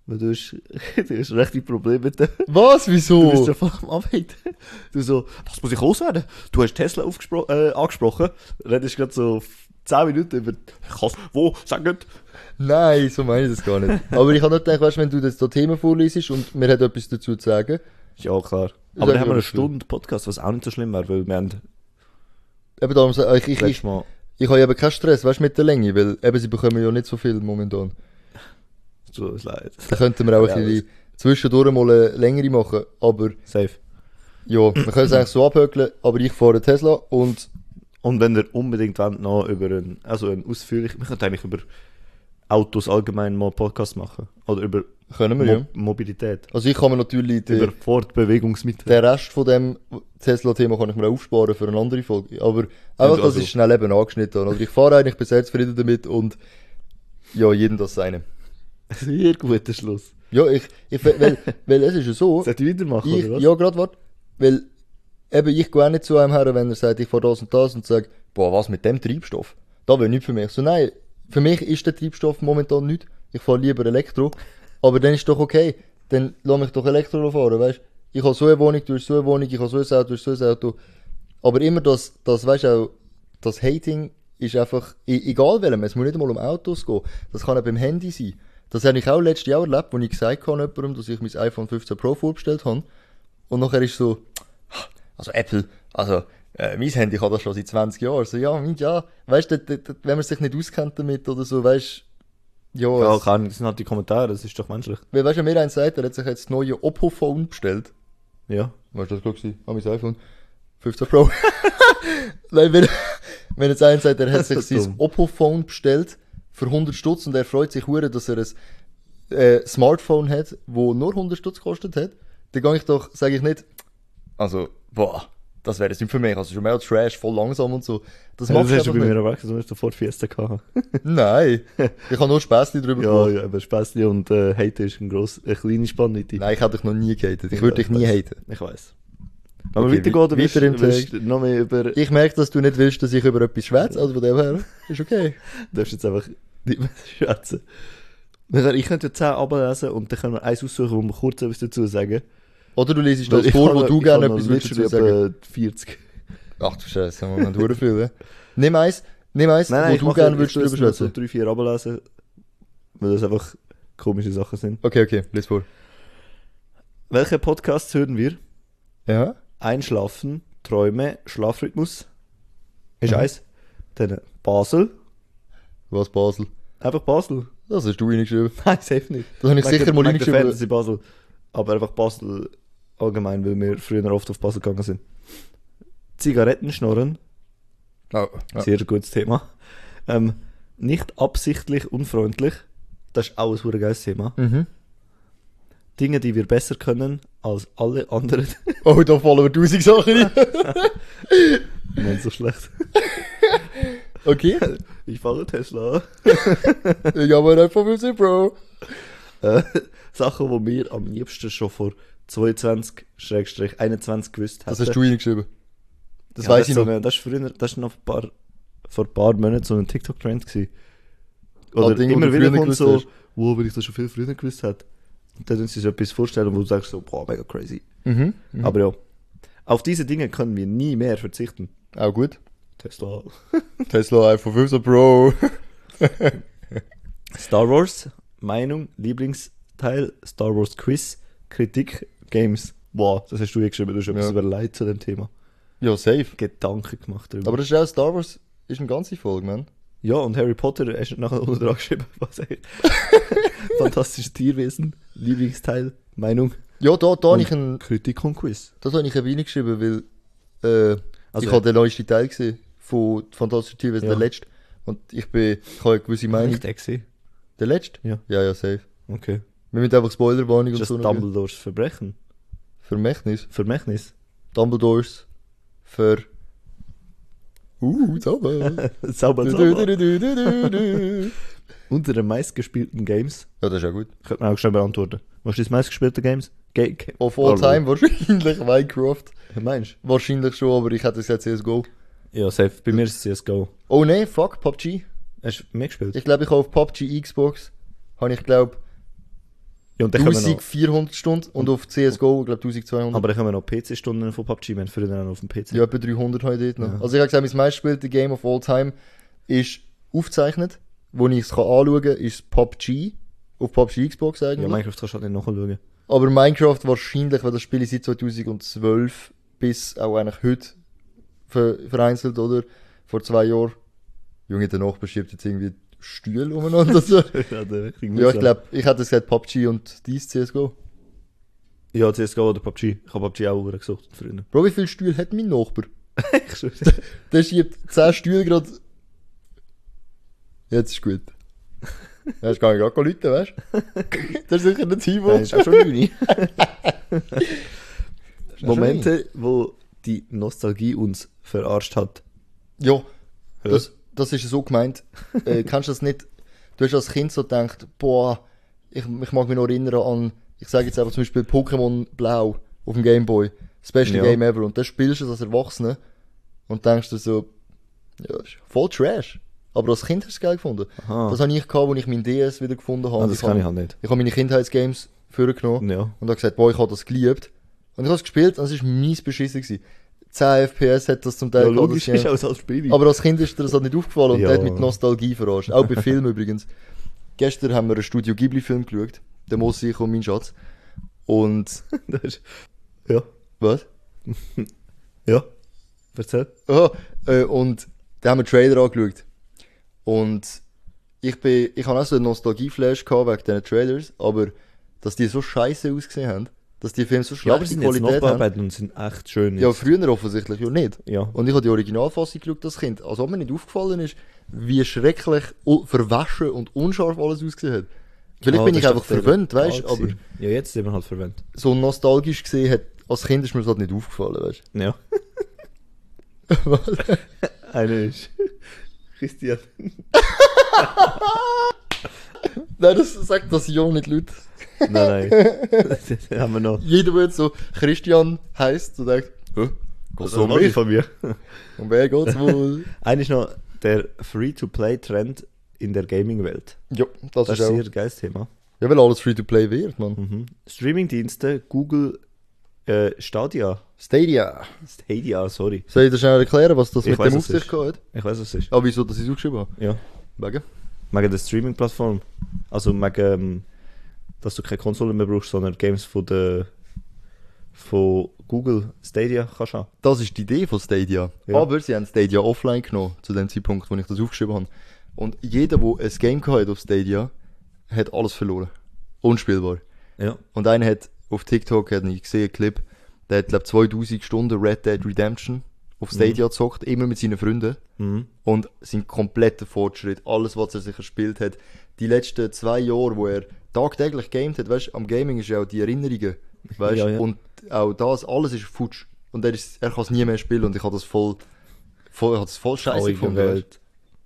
S1: Weil du hast, <laughs> du hast recht ein Problem mit dem.
S2: Was? Wieso?
S1: Du bist ja voll am Arbeiten. Du so, was muss ich loswerden? Du hast Tesla aufgespro- äh, angesprochen. Redest gerade so f- 10 Minuten über... Ich hasse, wo? Sag nicht.
S2: Nein, so meine ich das gar nicht.
S1: <laughs>
S2: Aber ich habe nur gedacht, weißt, wenn du jetzt da Themen vorliest und mir hat etwas dazu zu sagen,
S1: Ja, klar.
S2: Sag
S1: Aber dann
S2: ich
S1: haben wir
S2: aber
S1: eine
S2: schlimm.
S1: Stunde Podcast, was auch nicht so schlimm wäre, weil wir haben
S2: eben darum, sa- ich, ich, ich,
S1: letztes Mal...
S2: ich habe eben keinen Stress, weißt, mit der Länge, weil eben sie bekommen ja nicht so viel momentan.
S1: So, es leid.
S2: Da könnten wir auch
S1: Ja,
S2: ein bisschen zwischendurch mal eine längere machen, aber
S1: Safe.
S2: ja, wir können es eigentlich so abhöckeln, aber ich fahre einen Tesla und
S1: Und wenn ihr unbedingt wollt, noch über einen, also einen ausführlich, wir könnten eigentlich über Autos allgemein mal einen Podcast machen. Oder über
S2: können wir
S1: Mo
S2: ja.
S1: Mobilität.
S2: Also ich kann mir natürlich
S1: Über
S2: den,
S1: Fortbewegungsmittel.
S2: den Rest von dem Tesla-Thema kann ich mir auch aufsparen für eine andere Folge, aber einfach, das
S1: also-
S2: ist schnell eben angeschnitten. Also ich fahre eigentlich, bin sehr zufrieden damit und ja, jedem das seine.
S1: <laughs> Sehr guter Schluss.
S2: Ja, ich, ich weil, weil es ist ja
S1: <laughs>
S2: so,
S1: Sollte ich weitermachen,
S2: ich,
S1: oder was?
S2: ja, gerade warte, weil eben ich gehe auch nicht zu einem her, wenn er sagt, ich fahre das und das und sage, boah, was mit dem Treibstoff? Da will nicht für mich. So, nein, für mich ist der Treibstoff momentan nicht. Ich fahre lieber Elektro. Aber dann ist doch okay, dann lass mich doch Elektro fahren, weißt Ich habe so eine Wohnung, du hast so eine Wohnung, ich habe so ein Auto, du hast so ein Auto. Aber immer das, das weißt auch, das Hating ist einfach, e- egal welchem, es muss nicht einmal um Autos gehen. Das kann auch beim Handy sein. Das habe ich auch letztes Jahr erlebt, als ich gesagt habe jemandem, dass ich mein iPhone 15 Pro vorbestellt habe. Und nachher ist so, also Apple, also äh, mein Handy kann das schon seit 20 Jahren. So, ja, mein, ja, weißt du, d- d- wenn man sich nicht auskennt damit oder so, weißt ja,
S1: Ja,
S2: es-
S1: kann, das sind halt die Kommentare, das ist doch menschlich.
S2: weil weißt du, wenn mir einer sagt, er hat sich jetzt das neue Oppo-Phone bestellt.
S1: Ja.
S2: Was ist das gerade? Ah, mein iPhone. 15 Pro. <laughs> Nein, wenn, wenn jetzt einer sagt, er hat
S1: Das
S2: sich
S1: ist
S2: sein
S1: dumm.
S2: Oppo-Phone bestellt für 100 Stutz und er freut sich hure, dass er ein äh, Smartphone hat, wo nur 100 Stutz gekostet hat, dann gehe ich doch, sage ich nicht, also, boah, das wäre jetzt nicht für mich, also schon mehr als Trash, voll langsam und so.
S1: Das
S2: Das machst
S1: hast du
S2: du
S1: bei
S2: einfach
S1: mir
S2: nicht.
S1: erwähnt, du hast sofort Fiesta gehabt.
S2: Nein, ich habe nur Späßchen drüber
S1: <laughs> ja, ja, aber Späßli und äh, Hate ist ein gross, eine kleine Spannweite.
S2: Nein, ich hätte dich noch nie gehatet. Ich
S1: Ja,
S2: würde dich
S1: ich
S2: nie
S1: weiß.
S2: haten.
S1: Ich weiß. Wenn
S2: Okay,
S1: wir weitergehen, dann
S2: wei-
S1: willst,
S2: weiter im
S1: willst du noch mehr über...
S2: Ich merke, dass du nicht willst, dass ich über etwas schwätze, also von dem her ist okay.
S1: Du darfst jetzt einfach nicht mehr <laughs> schätzen. Wir können- Ich könnte ja 10 ablesen und dann können wir eins aussuchen, wo wir kurz etwas dazu sagen.
S2: Oder du liest
S1: Weil
S2: das
S1: ich
S2: vor,
S1: kann
S2: wo
S1: noch-
S2: du
S1: ich
S2: gerne
S1: kann noch
S2: etwas willst dazu
S1: literally
S2: sagen.
S1: etwa 40.
S2: Ach du Scheiße, Moment, hure viel, ja. Nimm eins, nimm eins,
S1: Nein, nein,
S2: wo du gerne willst
S1: drüber
S2: drüber
S1: so
S2: schwätzen.
S1: 3, 4 ablesen, weil das einfach komische Sachen sind.
S2: Okay, okay, lies vor.
S1: Welche Podcasts hören wir?
S2: Ja?
S1: Einschlafen, Träume, Schlafrhythmus. Ist
S2: Mhm.
S1: eins. Dann Basel.
S2: Was Basel?
S1: Einfach Basel.
S2: Das hast du reingeschrieben.
S1: <laughs> Nein, safe nicht.
S2: Das habe ich sicher mal
S1: reingeschrieben.
S2: reingeschrieben.
S1: Fantasy Basel. Aber einfach Basel allgemein, weil wir früher oft auf Basel gegangen sind. Zigarettenschnorren.
S2: Oh, ja.
S1: Sehr gutes Thema. Ähm, nicht absichtlich unfreundlich. Das ist auch ein super geiles Thema.
S2: Mhm.
S1: Dinge, die wir besser können als alle anderen. <laughs>
S2: oh, da fallen wir tausend Sachen rein.
S1: Nicht so
S2: <laughs>
S1: schlecht. <laughs>
S2: Okay.
S1: Ich fahre Tesla. an.
S2: Ich halt habe einen iPhone 15 Pro.
S1: Äh, <laughs> Sachen, die wir am liebsten schon vor 22-21 gewusst hätten.
S2: Das hast du reingeschrieben. Das
S1: Ja,
S2: weiss ich
S1: so
S2: noch.
S1: Eine, das ist früher, das ist noch ein paar, vor ein paar Monaten so ein TikTok-Trend gewesen.
S2: Ah,
S1: Oder
S2: Dinge, die
S1: immer
S2: du
S1: wieder
S2: früher
S1: kommt
S2: gewusst
S1: so,
S2: hast.
S1: wo, wenn ich das schon viel früher gewusst hätte. Und dann kannst du dir so etwas vorstellen, wo du sagst so, boah, mega crazy.
S2: Mhm.
S1: Aber ja, auf diese Dinge können wir nie mehr verzichten.
S2: Auch Ah, gut.
S1: Tesla.
S2: Tesla iPhone 15 Pro. <laughs>
S1: Star Wars, Meinung, Lieblingsteil, Star Wars Quiz, Kritik, Games. Boah, das hast du hier geschrieben, du hast etwas
S2: Ja.
S1: überlegt zu dem Thema.
S2: ja, safe.
S1: Gedanken gemacht darüber.
S2: Aber das ist auch Star Wars, ist eine ganze Folge, man.
S1: Ja, und Harry Potter hast du nachher unten dran geschrieben, <laughs> was
S2: <laughs>
S1: er. Fantastisches Tierwesen, Lieblingsteil, Meinung,
S2: Ja, da, da habe ich
S1: Und-
S2: einen
S1: Kritik und Quiz.
S2: Das habe ich eben reingeschrieben, weil äh,
S1: Also-
S2: ich habe den neuesten Teil gesehen von Fantastische Tierwesen,
S1: Ja.
S2: der letzte. Und ich bin, ich habe eine gewisse Meinung.
S1: Nicht Exi.
S2: Der letzte?
S1: Ja.
S2: Ja, ja, safe.
S1: Okay.
S2: Wir müssen einfach Spoilerwarnung
S1: Ist
S2: und
S1: das
S2: so noch
S1: Dumbledores Verbrechen?
S2: Vermächtnis.
S1: Vermächtnis? <laughs>
S2: Dumbledores für...
S1: <laughs>
S2: Uh, Zauber.
S1: Sauber,
S2: Du, du,
S1: sauber.
S2: du, du, du, du.
S1: Unter den meistgespielten Games.
S2: ja, das ist ja gut.
S1: Könnte man auch schnell beantworten. Was ist das meistgespielte Games? Ga Ga-
S2: Of all
S1: Hallo.
S2: time wahrscheinlich Minecraft.
S1: Meinst
S2: Wahrscheinlich schon, aber ich hätte gesagt CSGO.
S1: du? Ja, safe. Bei mir ist es CSGO.
S2: Oh nein, fuck, PUBG.
S1: Hast du mehr gespielt?
S2: Ich glaube, ich habe auf PUBG Xbox, habe ich glaube
S1: ja, und dann können wir noch,
S2: 1400 Stunden und auf CSGO, ich glaube 1200.
S1: aber dann können wir noch PC-Stunden von PUBG. Wir haben früher auch auf dem PC.
S2: ja, etwa 300 habe ich dort noch.
S1: Ja.
S2: Also ich habe gesagt, mein meistgespielte Game of all time ist aufgezeichnet, wo ich es kann anschauen kann, ist PUBG. Auf PUBG Xbox
S1: Ja,
S2: eigentlich.
S1: Minecraft kannst du halt nicht nachschauen.
S2: Aber Minecraft wahrscheinlich, weil das Spiel ist seit 2012 bis auch eigentlich heute ver vereinzelt, oder? Vor zwei Jahren. Junge, der Nachbar schiebt jetzt irgendwie
S1: <laughs>
S2: Stühle umeinander. so.
S1: ja, der richtig
S2: <laughs> ja, ich
S1: mühsam.
S2: glaube, ich hätte gesagt PUBG und dies CSGO.
S1: Ja, CSGO oder PUBG. Ich habe PUBG auch verdammt gesucht früher.
S2: Bro, wie viele Stühle hat mein Nachbar?
S1: <laughs> Ich schwöre.
S2: Der schiebt 10 Stühle gerade. Jetzt
S1: <laughs>
S2: ist gut. Ja, ist gar nicht gar Leute, weißt du? Das ist sicher ein Timo.
S1: Nein, ist <laughs> auch schon Juni. Momente, wo die Nostalgie uns verarscht hat.
S2: Ja, das, das ist so gemeint.
S1: <laughs>
S2: Äh, kannst du das nicht. Du hast als Kind so gedacht, boah, ich, ich mag mich noch erinnern an, ich sage jetzt einfach zum Beispiel Pokémon Blau auf dem Game Boy. Das beste
S1: Ja.
S2: Game ever. Und dann spielst du es als Erwachsener und denkst dir so, ja, ist voll trash. Aber als Kind hast du es geil gefunden.
S1: Aha.
S2: Das habe ich gehabt, als ich meinen DS wieder gefunden habe.
S1: Ah, das
S2: habe-
S1: kann ich halt nicht.
S2: ich habe meine Kindheitsgames vorgenommen
S1: Ja.
S2: und habe gesagt, boah, ich habe das geliebt. Und ich habe es gespielt und es war mies beschissen. Gewesen. 10 FPS hat das zum Teil
S1: Ja,
S2: gehabt,
S1: logisch
S2: das
S1: ist auch als Spiel.
S2: aber als Kind ist dir das halt nicht aufgefallen und
S1: Ja.
S2: der hat mit Nostalgie verarscht. Auch bei Filmen <laughs> übrigens. Gestern haben wir einen Studio Ghibli-Film geschaut. Der Mossi, ich und mein Schatz.
S1: <laughs>
S2: Und.
S1: <laughs> das ist, ja,
S2: Was?
S1: ja. Erzähl.
S2: Ah, äh, und da haben wir einen Trailer angeschaut. Und ich bin. Ich habe auch so einen Nostalgie-Flash gehabt wegen diesen Trailers, aber dass die so scheiße ausgesehen haben, dass die Filme so
S1: Ja, aber sie
S2: schlechte
S1: sind jetzt
S2: Qualität haben.
S1: nachbearbeitet und sind echt schön.
S2: Ja,
S1: Jetzt.
S2: früher offensichtlich ja nicht.
S1: Ja.
S2: Und ich habe die Originalfassung geschaut, das Kind. Als ob mir nicht aufgefallen ist, wie schrecklich u- verwaschen und unscharf alles ausgesehen hat. Vielleicht
S1: Ah,
S2: bin
S1: das
S2: ich
S1: ist
S2: einfach
S1: doch der
S2: verwöhnt, weißt du,
S1: Fall
S2: aber
S1: gewesen. Ja, jetzt sind wir halt verwöhnt.
S2: so nostalgisch gesehen hat, als Kind ist mir das halt nicht aufgefallen, weißt
S1: Ja. <laughs>
S2: du.
S1: Eine ist. Christian.
S2: Nein, das sagt das ja nicht Leute.
S1: Nein, nein. <laughs> das haben wir noch.
S2: Jeder, der jetzt so Christian heisst, so denkt, hä? Geht's um mich?
S1: von mir.
S2: Um wer
S1: <laughs>
S2: geht's wohl?
S1: Einer ist noch der Free-to-Play-Trend in der Gaming-Welt.
S2: ja,
S1: Das
S2: das, ist
S1: ist
S2: auch.
S1: ein sehr geiles Thema.
S2: Ja, weil alles Free-to-Play wird, man.
S1: Mhm. Streaming-Dienste, Google äh, Stadia.
S2: Stadia.
S1: Stadia, sorry.
S2: Soll ich dir schnell erklären, was das
S1: Ich
S2: mit
S1: weiss,
S2: dem auf
S1: was ist.
S2: sich geht?
S1: Ich weiß, was es ist.
S2: Ah, wieso, dass ich es aufgeschrieben habe?
S1: Ja.
S2: Wegen?
S1: Wegen der Streaming-Plattform. Also wegen, ähm, dass du keine Konsole mehr brauchst, sondern Games von der von Google Stadia kannst du haben.
S2: Das ist die Idee von Stadia.
S1: Ja.
S2: Aber sie haben Stadia offline genommen, zu dem Zeitpunkt, wo ich das aufgeschrieben habe. Und jeder, der ein Game gehabt hat auf Stadia, hat alles verloren. Unspielbar.
S1: Ja.
S2: Und einer hat auf TikTok, hat ich gesehen, einen Clip, der hat, glaube 2000 Stunden Red Dead Redemption auf Stadia gezockt, immer mit seinen Freunden.
S1: Mhm.
S2: Und sein kompletter Fortschritt, alles, was er sich erspielt hat, die letzten zwei Jahre, wo er tagtäglich gamed hat, weißt, am Gaming ist ja auch die Erinnerungen, weißt,
S1: Ja, ja.
S2: und auch das, alles ist futsch. Und er, ist- er kann es nie mehr spielen und ich habe das voll, voll, ich habe das voll scheiße gefunden. weisst.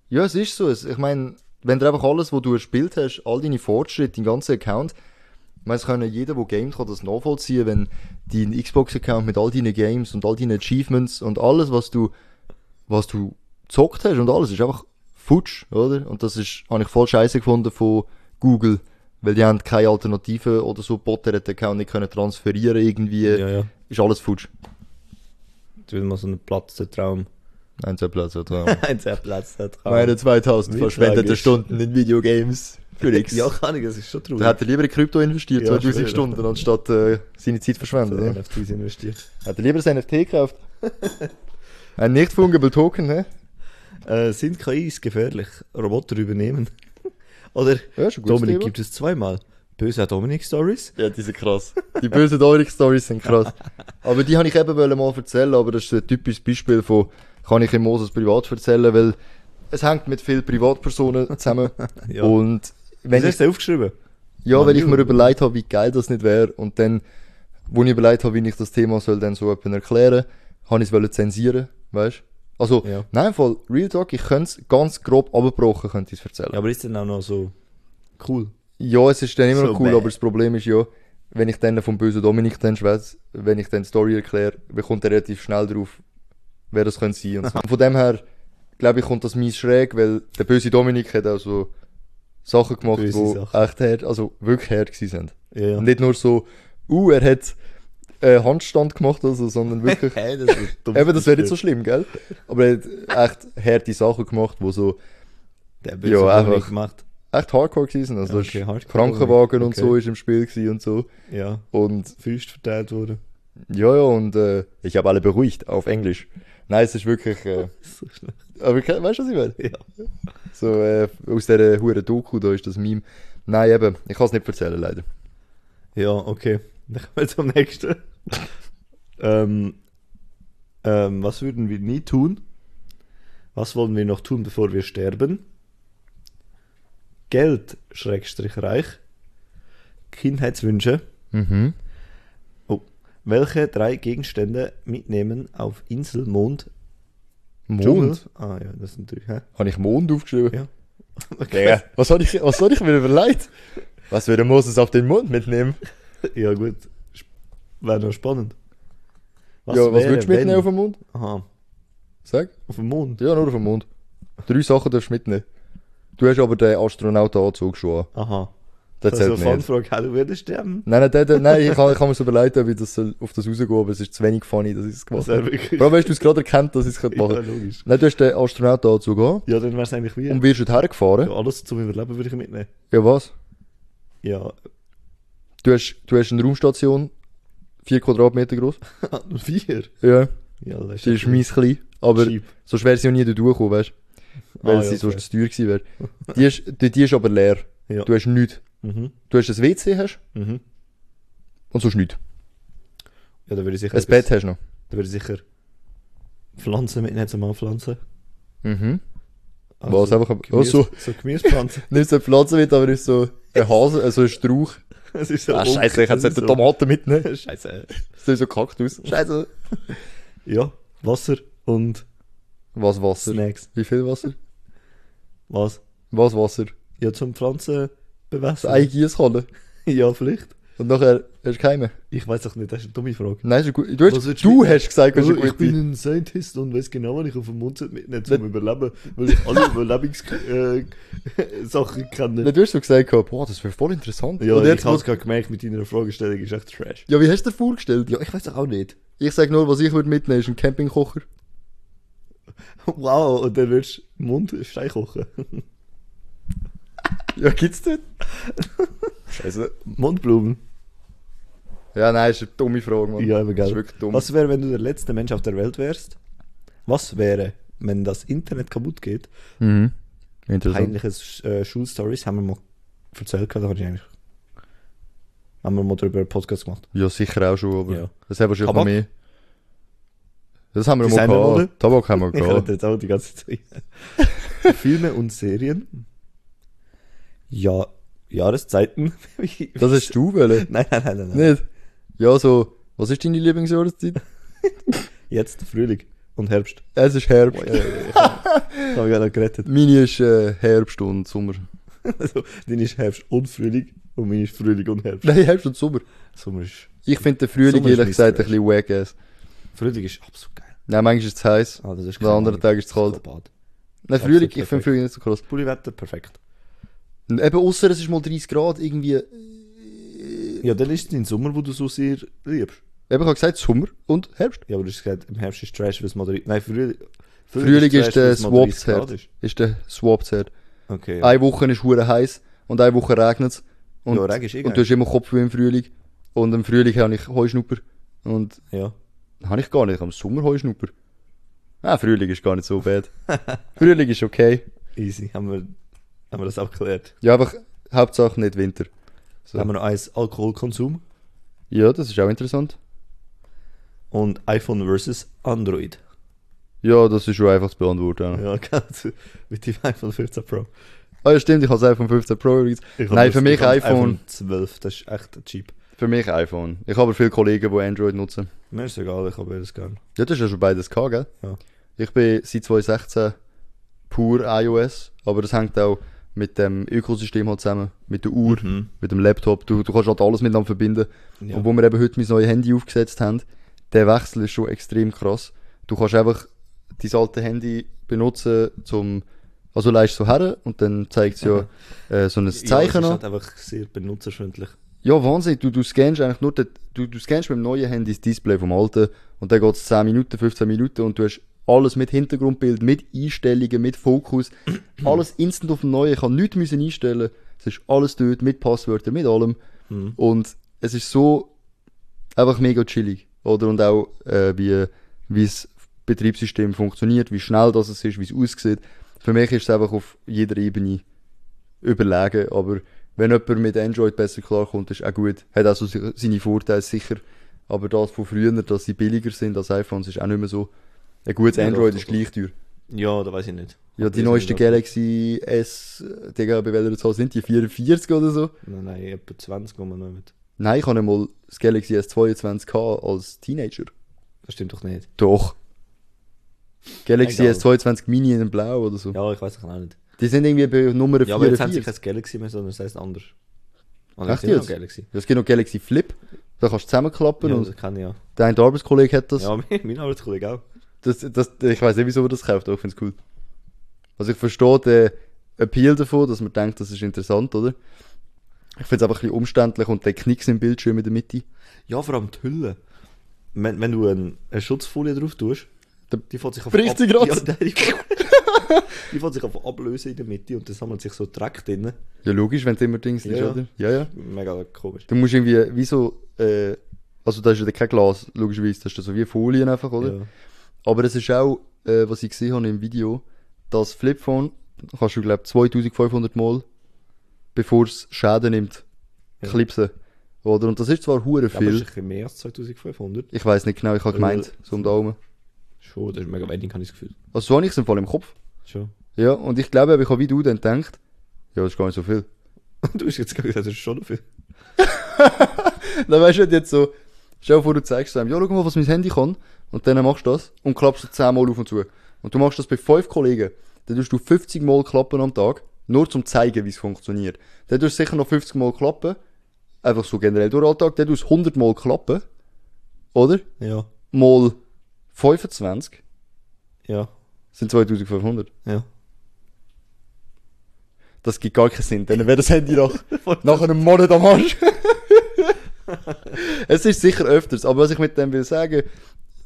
S2: Ja, es ist so. Es- Ich meine, wenn du einfach alles, was du erspielt hast, all deine Fortschritte, deinen ganzen Account, ich meine, es kann ja jeder, der gamet, kann das nachvollziehen, wenn dein Xbox-Account mit all deinen Games und all deinen Achievements und alles, was du, was du gezockt hast und alles, ist einfach futsch, oder? Und das ist, habe ich voll scheiße gefunden von Google, weil die haben keine Alternative oder so, Botter hat den Account nicht können transferieren irgendwie,
S1: Ja, ja.
S2: ist alles futsch.
S1: Jetzt will mal so einen Platz, der Traum. <laughs>
S2: Ein, zwei Plätze, oder?
S1: Ein sehr Platz, der Traum.
S2: <laughs> Meine 2000
S1: Wie
S2: verschwendete
S1: tragisch.
S2: Stunden in Videogames <laughs> für nichts.
S1: ja, kann ich, das ist schon traurig.
S2: Da hat er lieber in Krypto investiert,
S1: Ja,
S2: 2000
S1: schwöre.
S2: Stunden, anstatt äh, seine Zeit verschwendet.
S1: in
S2: oder?
S1: NFTs investiert.
S2: Hat er lieber das NFT gekauft? <laughs> Ein nicht fungible Token, ne?
S1: Äh, sind KIs gefährlich? Roboter
S2: <laughs>
S1: übernehmen? Oder
S2: Ja, ist ein gutes
S1: Dominik
S2: Thema.
S1: gibt es zweimal. Böse Dominik-Stories?
S2: Ja, diese krass. Die bösen Doric-Stories sind krass. Aber die habe ich eben wollen mal erzählen, aber das ist ein typisches Beispiel von, kann ich im Moses privat erzählen, weil es hängt mit vielen Privatpersonen <laughs> zusammen.
S1: Ja.
S2: Und wenn
S1: Wenn
S2: ich
S1: hast du aufgeschrieben?
S2: Ja, weil ich
S1: Mann,
S2: mir überlegt habe, wie geil das nicht wäre. Und dann, wo ich überlegt habe, wie ich das Thema soll dann so jemandem erklären soll, habe ich es zensieren, weißt Also,
S1: Ja.
S2: nein, im Fall, Real Talk, ich könnte es ganz grob abgebrochen, könnte ich es
S1: Ja,
S2: erzählen.
S1: aber ist dann auch noch so cool.
S2: Ja. es ist dann immer
S1: So
S2: noch cool,
S1: bad.
S2: aber das Problem ist ja, wenn ich dann vom bösen Dominik dann schwätze, wenn ich dann die Story erkläre, wir kommt er relativ schnell drauf, wer das könnte sein
S1: <laughs>
S2: und so. Und Von dem her, glaube ich, kommt das mies schräg, weil der böse Dominik hat auch so Sachen gemacht, die
S1: Böse Sachen.
S2: echt hart, also wirklich hart gewesen sind.
S1: Ja, ja.
S2: Und nicht nur so, uh, er hat äh, Handstand gemacht, also, sondern wirklich.
S1: <laughs> Hey, das ist dumm.
S2: Eben, das wäre nicht so schlimm, gell? Aber er hat echt harte Sachen gemacht, wo so
S1: Der böse
S2: Ja,
S1: Dominik
S2: einfach.
S1: gemacht.
S2: echt hardcore gewesen. Also, das
S1: Okay,
S2: ist
S1: hardcore,
S2: Krankenwagen und
S1: okay.
S2: so ist im Spiel gewesen und so.
S1: Ja,
S2: Und
S1: Füße verteilt wurde.
S2: ja, ja, und äh, ich habe alle beruhigt auf Englisch. Nein, es ist wirklich. Äh,
S1: So schlecht.
S2: aber ke- weißt du, was ich meine?
S1: Ja.
S2: So äh, aus dieser huren Doku, da ist das Meme. Nein, eben, ich kann es nicht erzählen, leider.
S1: ja, okay. <laughs> Dann kommen wir zum nächsten. ähm, ähm, was würden wir nie tun? Was wollen wir noch tun, bevor wir sterben? Geld, Schrägstrich reich. Kindheitswünsche.
S2: Mhm.
S1: Oh. Welche drei Gegenstände mitnehmen auf Insel, Mond, Dschungel?
S2: Mond?
S1: Ah ja, das sind drei. Hä? <laughs>
S2: Habe ich Mond aufgeschrieben? <laughs>
S1: Ja.
S2: Digga, was soll ich, was soll ich mir überlegt? Was würde Moses auf den Mond mitnehmen?
S1: Ja, gut. Sp- Wäre noch spannend.
S2: ja, was
S1: wäre,
S2: würdest du mitnehmen
S1: wenn?
S2: auf den Mond?
S1: Aha,
S2: Sag.
S1: auf dem Mond.
S2: Ja, nur auf den Mond. Drei Sachen darfst du mitnehmen. Du hast aber den Astronautenanzug schon an.
S1: Aha.
S2: Der
S1: Das ist
S2: zählt
S1: eine
S2: nicht.
S1: Fanfrage. Hey, du würdest sterben?
S2: Nein, nein, der, der, nein, ich kann, ich kann mir so überlegt, ob ich das soll, auf das rausgehe, aber es ist zu wenig funny, dass ich es
S1: Das
S2: gemacht
S1: wäre
S2: habe.
S1: wirklich.
S2: Vor allem, wenn du es gerade erkannt, dass ich es machen
S1: Ja,
S2: könnte.
S1: logisch.
S2: Nein, du hast den Astronautenanzug an
S1: Ja, dann wäre es eigentlich wie.
S2: und wirst dort hergefahren.
S1: Ja, alles zum Überleben würde ich mitnehmen.
S2: Ja, was?
S1: Ja,
S2: <laughs> Du hast, du hast eine Raumstation, vier Quadratmeter groß.
S1: vier.
S2: Ja,
S1: Ja, das
S2: die Um ist mies klein, aber
S1: Cheap.
S2: Sonst wäre sie ja nie da durchgekommen, weißt du? Weil
S1: Ah, ja,
S2: sie sonst
S1: fair.
S2: zu teuer gewesen wäre. Die ist, die, die ist aber leer.
S1: Ja.
S2: Du hast nichts.
S1: Mhm.
S2: Du hast ein WC hast
S1: Mhm.
S2: und sonst nichts.
S1: Ja, dann würde ich sicher.
S2: Ein Bett hast du noch.
S1: Dann würde ich sicher. Pflanzen mitnehmen zum Anpflanzen.
S2: Mhm.
S1: Also,
S2: Was? Einfach ein-
S1: Gemüse,
S2: also,
S1: so Gemüsepflanzen.
S2: <laughs> nimmst du eine Pflanze mit, aber ist so ein Hase, also ein Strauch.
S1: Es ist so
S2: ah, scheiße, ich hätte
S1: das
S2: jetzt eine
S1: ist so-
S2: Tomate mitnehmen.
S1: Scheiße.
S2: <laughs> Das ist so Kaktus. Scheiße.
S1: Ja, Wasser und
S2: Was Wasser?
S1: Snacks.
S2: Wie viel Wasser?
S1: Was?
S2: Was Wasser?
S1: Ja, zum Pflanzen
S2: Das
S1: bewässern.
S2: eine Gießkanne.
S1: <laughs> Ja, vielleicht.
S2: Und nachher hast du keine.
S1: Ich weiß auch nicht, das ist eine dumme Frage.
S2: Nein, ist gut. Du,
S1: Was
S2: hast,
S1: willst
S2: du
S1: du mit-
S2: hast gesagt, du hast
S1: Also,
S2: eine
S1: ich
S2: gute-
S1: bin ein Scientist und weiß genau, was ich auf dem Mund mitnehmen soll, zum Überleben, weil ich alle Überlebenssachen äh, <laughs> Sachen
S2: Nein,
S1: kenne.
S2: du hast so gesagt, gehabt, boah, das wäre voll interessant.
S1: Ja,
S2: und
S1: ich
S2: jetzt,
S1: habe es
S2: was,
S1: gerade gemerkt, mit deiner Fragestellung ist echt
S2: <laughs>
S1: trash.
S2: ja, wie hast du dir vorgestellt?
S1: Ja, ich weiß auch nicht.
S2: Ich sag nur, was ich würde mitnehmen, ist ein Campingkocher.
S1: Wow, und dann würdest du Mund stein
S2: <laughs>
S1: kochen.
S2: Ja, gibt's denn? Scheiße.
S1: Mundblumen.
S2: Ja, nein, ist eine dumme Frage, Mann.
S1: Ja, aber
S2: Das ist
S1: geil.
S2: wirklich dumm.
S1: Was wäre, wenn du der letzte Mensch auf der Welt wärst? Was wäre, wenn das Internet kaputt geht?
S2: Mhm. Interessant.
S1: Peinliche äh, Schulstories haben wir mal erzählt, gehabt, da habe ich eigentlich. Haben wir mal darüber einen Podcast gemacht.
S2: Ja, sicher auch schon, aber
S1: Ja.
S2: das haben wir schon noch
S1: Tabak?
S2: mehr. Das haben wir mal
S1: Designer,
S2: gehabt.
S1: oder?
S2: Tabak haben
S1: <laughs> Ich
S2: wir
S1: rede
S2: gehabt.
S1: jetzt auch die ganze Zeit. Filme und Serien. Ja, Jahreszeiten. <laughs> Wie-
S2: Das hast
S1: <laughs>
S2: du wollen.
S1: nein, nein, nein, nein. nein.
S2: Nicht? Ja, so, was ist
S1: <laughs>
S2: deine Lieblingsjahreszeit?
S1: Jetzt Frühling und Herbst.
S2: es ist Herbst.
S1: Das habe ich gerade gerettet.
S2: Meine ist äh, Herbst und Sommer.
S1: Also, deine ist Herbst und Frühling und meine ist Frühling und Herbst.
S2: Nein, Herbst und Sommer.
S1: Sommer ist.
S2: Ich finde den Frühling
S1: Sommer ist
S2: ehrlich gesagt ein
S1: mein
S2: bisschen wack ass.
S1: Frühling ist absolut geil.
S2: Nein, manchmal ist es heiß.
S1: Ah, das ist
S2: Der andere Tag ist es kalt. Nein,
S1: Absolut
S2: Frühling, ich finde
S1: perfekt.
S2: Frühling nicht so krass.
S1: Pulliwetter, perfekt.
S2: Und Eben, außer es ist mal 30 Grad, irgendwie. Eben,
S1: Ja, dann ist es im Sommer, wo du so sehr liebst.
S2: ich habe gesagt, Sommer und Herbst.
S1: Ja, aber du hast gesagt, im Herbst ist Trash, weil es mal... drei- Nein, Frühling...
S2: Frühling
S1: Trash,
S2: ist der Ah.
S1: weil es mal 30
S2: Swap-Zert.
S1: Grad ist.
S2: Ist der Swap-Zert.
S1: Okay.
S2: Eine Woche ist hure heiß und eine Woche regnet es. Und,
S1: Ja, Regen ist eh
S2: und
S1: geil.
S2: du hast immer Kopfweh im Frühling. Und im Frühling habe ich Heuschnupper. Und
S1: Ja.
S2: habe ich gar nicht, ich habe im Sommer Heuschnupper. Ah, Frühling ist gar nicht
S1: <laughs>
S2: so bad. Frühling ist okay.
S1: Easy. Haben wir, haben wir das auch geklärt.
S2: Ja, einfach Hauptsache nicht Winter. So.
S1: Haben wir noch eins Alkoholkonsum
S2: Ja, das ist auch interessant.
S1: und iPhone versus Android.
S2: Ja, das ist schon einfach zu beantworten.
S1: <laughs> Ja, ganz also mit dem iPhone 15 Pro.
S2: Ah ja, stimmt, ich habe das iPhone 15 Pro übrigens.
S1: Ich hab
S2: Nein,
S1: das-
S2: für mich
S1: ich hab das
S2: iPhone.
S1: 12, das ist echt cheap.
S2: Für mich iPhone. Ich habe aber viele Kollegen, die Android nutzen.
S1: Mir ist egal, ich habe das gern.
S2: Ja, das ist ja schon beides gehabt, gell?
S1: Ja.
S2: Ich bin seit 2016 pur iOS, aber das hängt auch mit dem Ökosystem halt zusammen, mit der Uhr,
S1: Mhm.
S2: mit dem Laptop. Du, du kannst halt alles miteinander verbinden.
S1: Ja.
S2: Und wo wir eben heute mein neues Handy aufgesetzt haben, der Wechsel ist schon extrem krass. Du kannst einfach dein alte Handy benutzen, zum also leist so her und dann zeigt es ja äh, so ein
S1: ja,
S2: Zeichen
S1: es ist
S2: an.
S1: halt einfach sehr benutzerfreundlich.
S2: Ja, Wahnsinn, du, du scannst eigentlich nur, den, du, du scannst mit dem neuen Handy das Display vom alten und dann geht's 10 Minuten, 15 Minuten und du hast alles mit Hintergrundbild, mit Einstellungen, mit Fokus, alles instant auf dem neuen, ich kann nichts müssen einstellen, es ist alles dort, mit Passwörtern, mit allem und es ist so einfach mega chillig, oder? Und auch äh, wie, wie das Betriebssystem funktioniert, wie schnell das es ist, wie es aussieht. Für mich ist es einfach auf jeder Ebene überlegen, aber wenn jemand mit Android besser klarkommt, ist auch gut. Hat auch so si- seine Vorteile sicher. Aber das von früher, dass sie billiger sind als iPhones, ist auch nicht mehr so. Ein gutes
S1: Ja, doch,
S2: Android
S1: doch,
S2: ist
S1: doch.
S2: gleich teuer.
S1: Ja, da weiß ich nicht.
S2: Ja, die
S1: Ich weiß
S2: neuesten
S1: nicht, was-
S2: Galaxy S, äh, Digga, bei welcher Zahl sind die? 44 oder so?
S1: Nein, nein, etwa 20 kommen wir noch mit.
S2: Nein, ich habe mal das Galaxy S22 gehabt als Teenager.
S1: Das stimmt doch nicht.
S2: Doch. Galaxy
S1: Egal.
S2: S22 Mini in Blau oder so.
S1: Ja, ich weiß auch nicht.
S2: Die sind irgendwie bei Nummer 44.
S1: Ja, aber jetzt haben sie kein Galaxy mehr, sondern es heißt anders. Und
S2: Echt
S1: es sind noch
S2: jetzt?
S1: Galaxy.
S2: es gibt noch Galaxy Flip, da kannst du zusammenklappen
S1: Ja,
S2: und
S1: das kann ich ja.
S2: dein Arbeitskollege hat das.
S1: Ja, <laughs> mein, mein Arbeitskollege auch.
S2: Das, das, ich weiß nicht, wieso man das kauft, aber ich finde es cool. Also ich verstehe den Appeal davon, dass man denkt, das ist interessant, oder? Ich finde es einfach ein bisschen umständlich und der Knicks im Bildschirm in der Mitte.
S1: Ja, vor allem die Hülle. Wenn, wenn du ein, eine Schutzfolie drauf tust,
S2: Dann
S1: die fällt sich auf
S2: bricht sie
S1: Ab-
S2: grad.
S1: Ja, nein, die, die fällt <laughs> sich auf Ablöse in der Mitte und dann sammelt sich so Dreck drin.
S2: Ja, logisch, wenn es immer Dings ist,
S1: Ja.
S2: oder? Ja, ja.
S1: Mega komisch.
S2: Du musst irgendwie, wieso, äh, also da ist ja kein Glas, logischerweise, das ist ja so wie Folien einfach, oder?
S1: Ja.
S2: Aber es ist auch, äh, was ich gesehen habe im Video, das Flipphone kannst du, glaube ich, 2500 Mal, bevor es Schäden nimmt,
S1: Ja.
S2: klipsen. Oder? Und das ist zwar hure
S1: Aber das ist
S2: viel.
S1: ein bisschen mehr als 2500.
S2: Ich weiß nicht genau, ich habe gemeint,
S1: Äh,
S2: so um Daumen.
S1: Schon, das ist mega wenig, habe ich das Gefühl.
S2: Also so habe ich es im Fall im Kopf.
S1: Schon.
S2: Ja, und ich glaube, ich habe wie du dann gedacht, ja, das ist gar nicht so viel.
S1: <laughs> Du hast jetzt gerade gesagt, das ist schon noch viel.
S2: <laughs> Dann weißt du halt jetzt so, stell dir vor, du zeigst einem, ja, schau mal, was mein Handy kann. Und dann machst du das und klappst du zehnmal auf und zu. Und du machst das bei fünf Kollegen. Dann tust du 50 Mal klappen am Tag, nur zum zeigen, wie es funktioniert. Dann tust du sicher noch 50 Mal klappen, einfach so generell durch den Alltag. Dann tust du 100 Mal klappen, oder?
S1: Ja.
S2: Mal 25
S1: Ja.
S2: sind 2500.
S1: Ja.
S2: Das gibt gar keinen Sinn, dann wäre das Handy nach, nach einem Monat am Arsch. <laughs> es ist sicher öfters, aber was ich mit dem will sagen,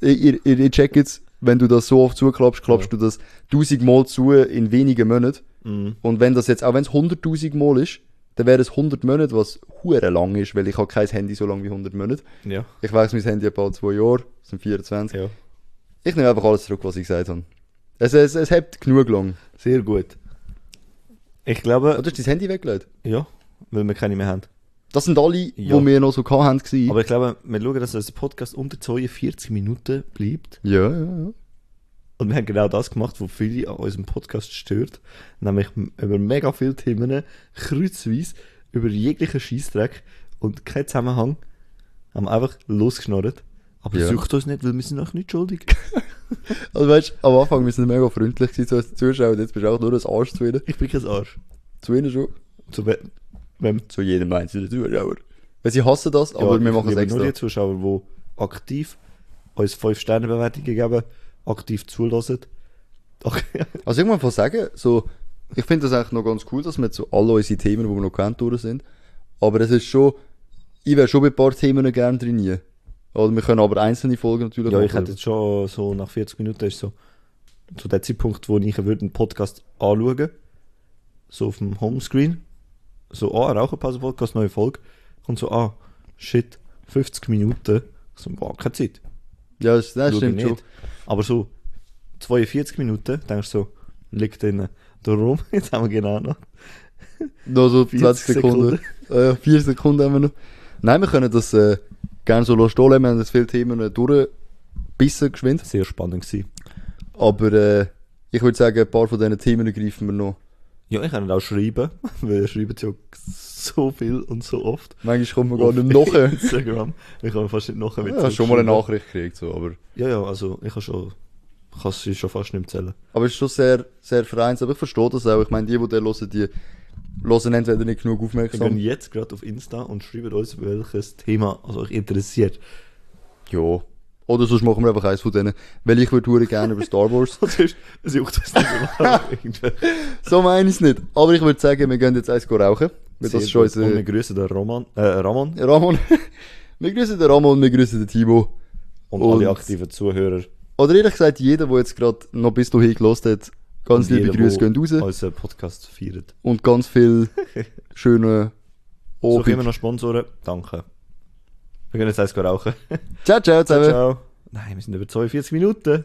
S2: ihr, ihr, ihr checkt jetzt, wenn du das so oft zuklappst, klappst du das tausendmal zu in wenigen Monaten.
S1: Mhm.
S2: Und wenn das jetzt, auch wenn es hunderttausendmal ist, dann wäre es 100 Monate, was hure lang ist, weil ich habe kein Handy so lang wie 100 Monate.
S1: Ja.
S2: Ich weiß, mein Handy hat bald zwei Jahre, es sind 24.
S1: ja.
S2: Ich nehme einfach alles zurück, was ich gesagt habe. Es, es, es hat genug lang.
S1: Sehr gut. Ich glaube,
S2: Oder ist dein Handy weggelegt?
S1: ja, weil wir keine mehr haben.
S2: Das sind alle, die
S1: Ja.
S2: wir noch so gehabt haben. gewesen.
S1: Aber ich glaube, wir schauen, dass unser Podcast unter 42 Minuten bleibt.
S2: ja, ja, ja.
S1: Und wir haben genau das gemacht, was viele an unserem Podcast stört. Nämlich m- über mega viele Themen, kreuzweise, über jeglichen Scheißdreck und keinen Zusammenhang. Haben wir einfach losgeschnorrt. Aber
S2: Ja.
S1: sucht uns nicht, weil wir sind euch nicht schuldig.
S2: Also weißt du, am Anfang wir sind mega freundlich gewesen zu unseren Zuschauern, jetzt bist du auch nur ein Arsch zu ihnen.
S1: Ich bin kein Arsch.
S2: Zu ihnen schon.
S1: Zu we- wem?
S2: Zu jedem einzelnen Zuschauer. Weil sie hassen das, aber
S1: Ja,
S2: wir
S1: ich
S2: machen es
S1: liebe Nur
S2: extra.
S1: die Zuschauer, die aktiv uns 5-Sterne-Bewertungen geben, aktiv zulassen. <laughs> Okay.
S2: Also ich muss mal sagen, so, ich finde das eigentlich noch ganz cool, dass wir jetzt so alle unsere Themen, die wir noch kennen, durch sind. Aber es ist schon, ich wäre schon bei ein paar Themen gerne trainieren. Oder wir können aber einzelne Folgen natürlich
S1: Ja, ich
S2: machen.
S1: hätte jetzt schon so nach 40 Minuten ist so zu dem Zeitpunkt, wo ich würde einen Podcast anschauen so auf dem Homescreen, so, ah, Raucherpause-Podcast, neue Folge, und so, ah, shit, 50 Minuten, so, boah, keine Zeit,
S2: ja, das, das
S1: Schau ich
S2: stimmt schon.
S1: nicht. Aber so 42 Minuten, denkst du so, liegt drin. Darum, <laughs> jetzt haben wir genau noch.
S2: Noch so 20
S1: Sekunden.
S2: Sekunden. Äh, 4 Sekunden haben wir noch. Nein, wir können das äh, gerne so lassen. stehen. Wir haben jetzt viele Themen äh, durchbissen, geschwind.
S1: Sehr spannend gewesen.
S2: Aber äh, ich würde sagen, ein paar von diesen Themen greifen wir noch.
S1: Ja, ich kann auch schreiben, <laughs> weil ihr schreibt ja so viel und so oft.
S2: Manchmal kommt man
S1: Auf
S2: gar nicht
S1: <laughs>
S2: nachher.
S1: Instagram. Ich kann fast nicht nachher
S2: Ich
S1: mit
S2: habe schon mal eine
S1: zurückschreiben.
S2: Nachricht gekriegt, so, aber...
S1: Ja, ja, also ich kann schon. Kann sie schon fast nicht mehr zählen.
S2: Aber es ist schon sehr, sehr vereins. Aber ich verstehe das auch. Ich meine, die, die den hören, die hören entweder nicht genug
S1: Wir gehen
S2: aufmerksam.
S1: jetzt gerade auf Insta und schreiben uns, welches Thema also euch interessiert. <laughs>
S2: Ja. Oder sonst machen wir einfach eins von denen. Weil ich würde hure gerne über
S1: <laughs>
S2: Star Wars.
S1: Und sonst es juckt uns nicht
S2: <laughs>
S1: überhaupt irgendwer.
S2: So meine ich es nicht. Aber ich würde sagen, wir gehen jetzt eins rauchen. Weil das
S1: Sehr
S2: ist schon
S1: gut. Und wir
S2: unser
S1: grüßen den Roman, äh, Ramon
S2: Ramon. <laughs> wir grüßen den Ramon, wir grüßen den Timo.
S1: und,
S2: Und-
S1: alle aktiven Zuhörer.
S2: Oder ehrlich gesagt, jeder, der jetzt gerade noch bis dahin gelost hat, ganz
S1: Und
S2: liebe
S1: jeder,
S2: Grüße
S1: der
S2: gehen raus.
S1: Unseren Podcast feiert.
S2: Und
S1: <laughs>
S2: ganz viel schöne
S1: So können wir
S2: Ohren.
S1: noch Sponsoren. Danke. Wir gehen jetzt eins rauchen.
S2: Ciao, ciao zusammen.
S1: Ciao. Nein, wir sind über 42 Minuten.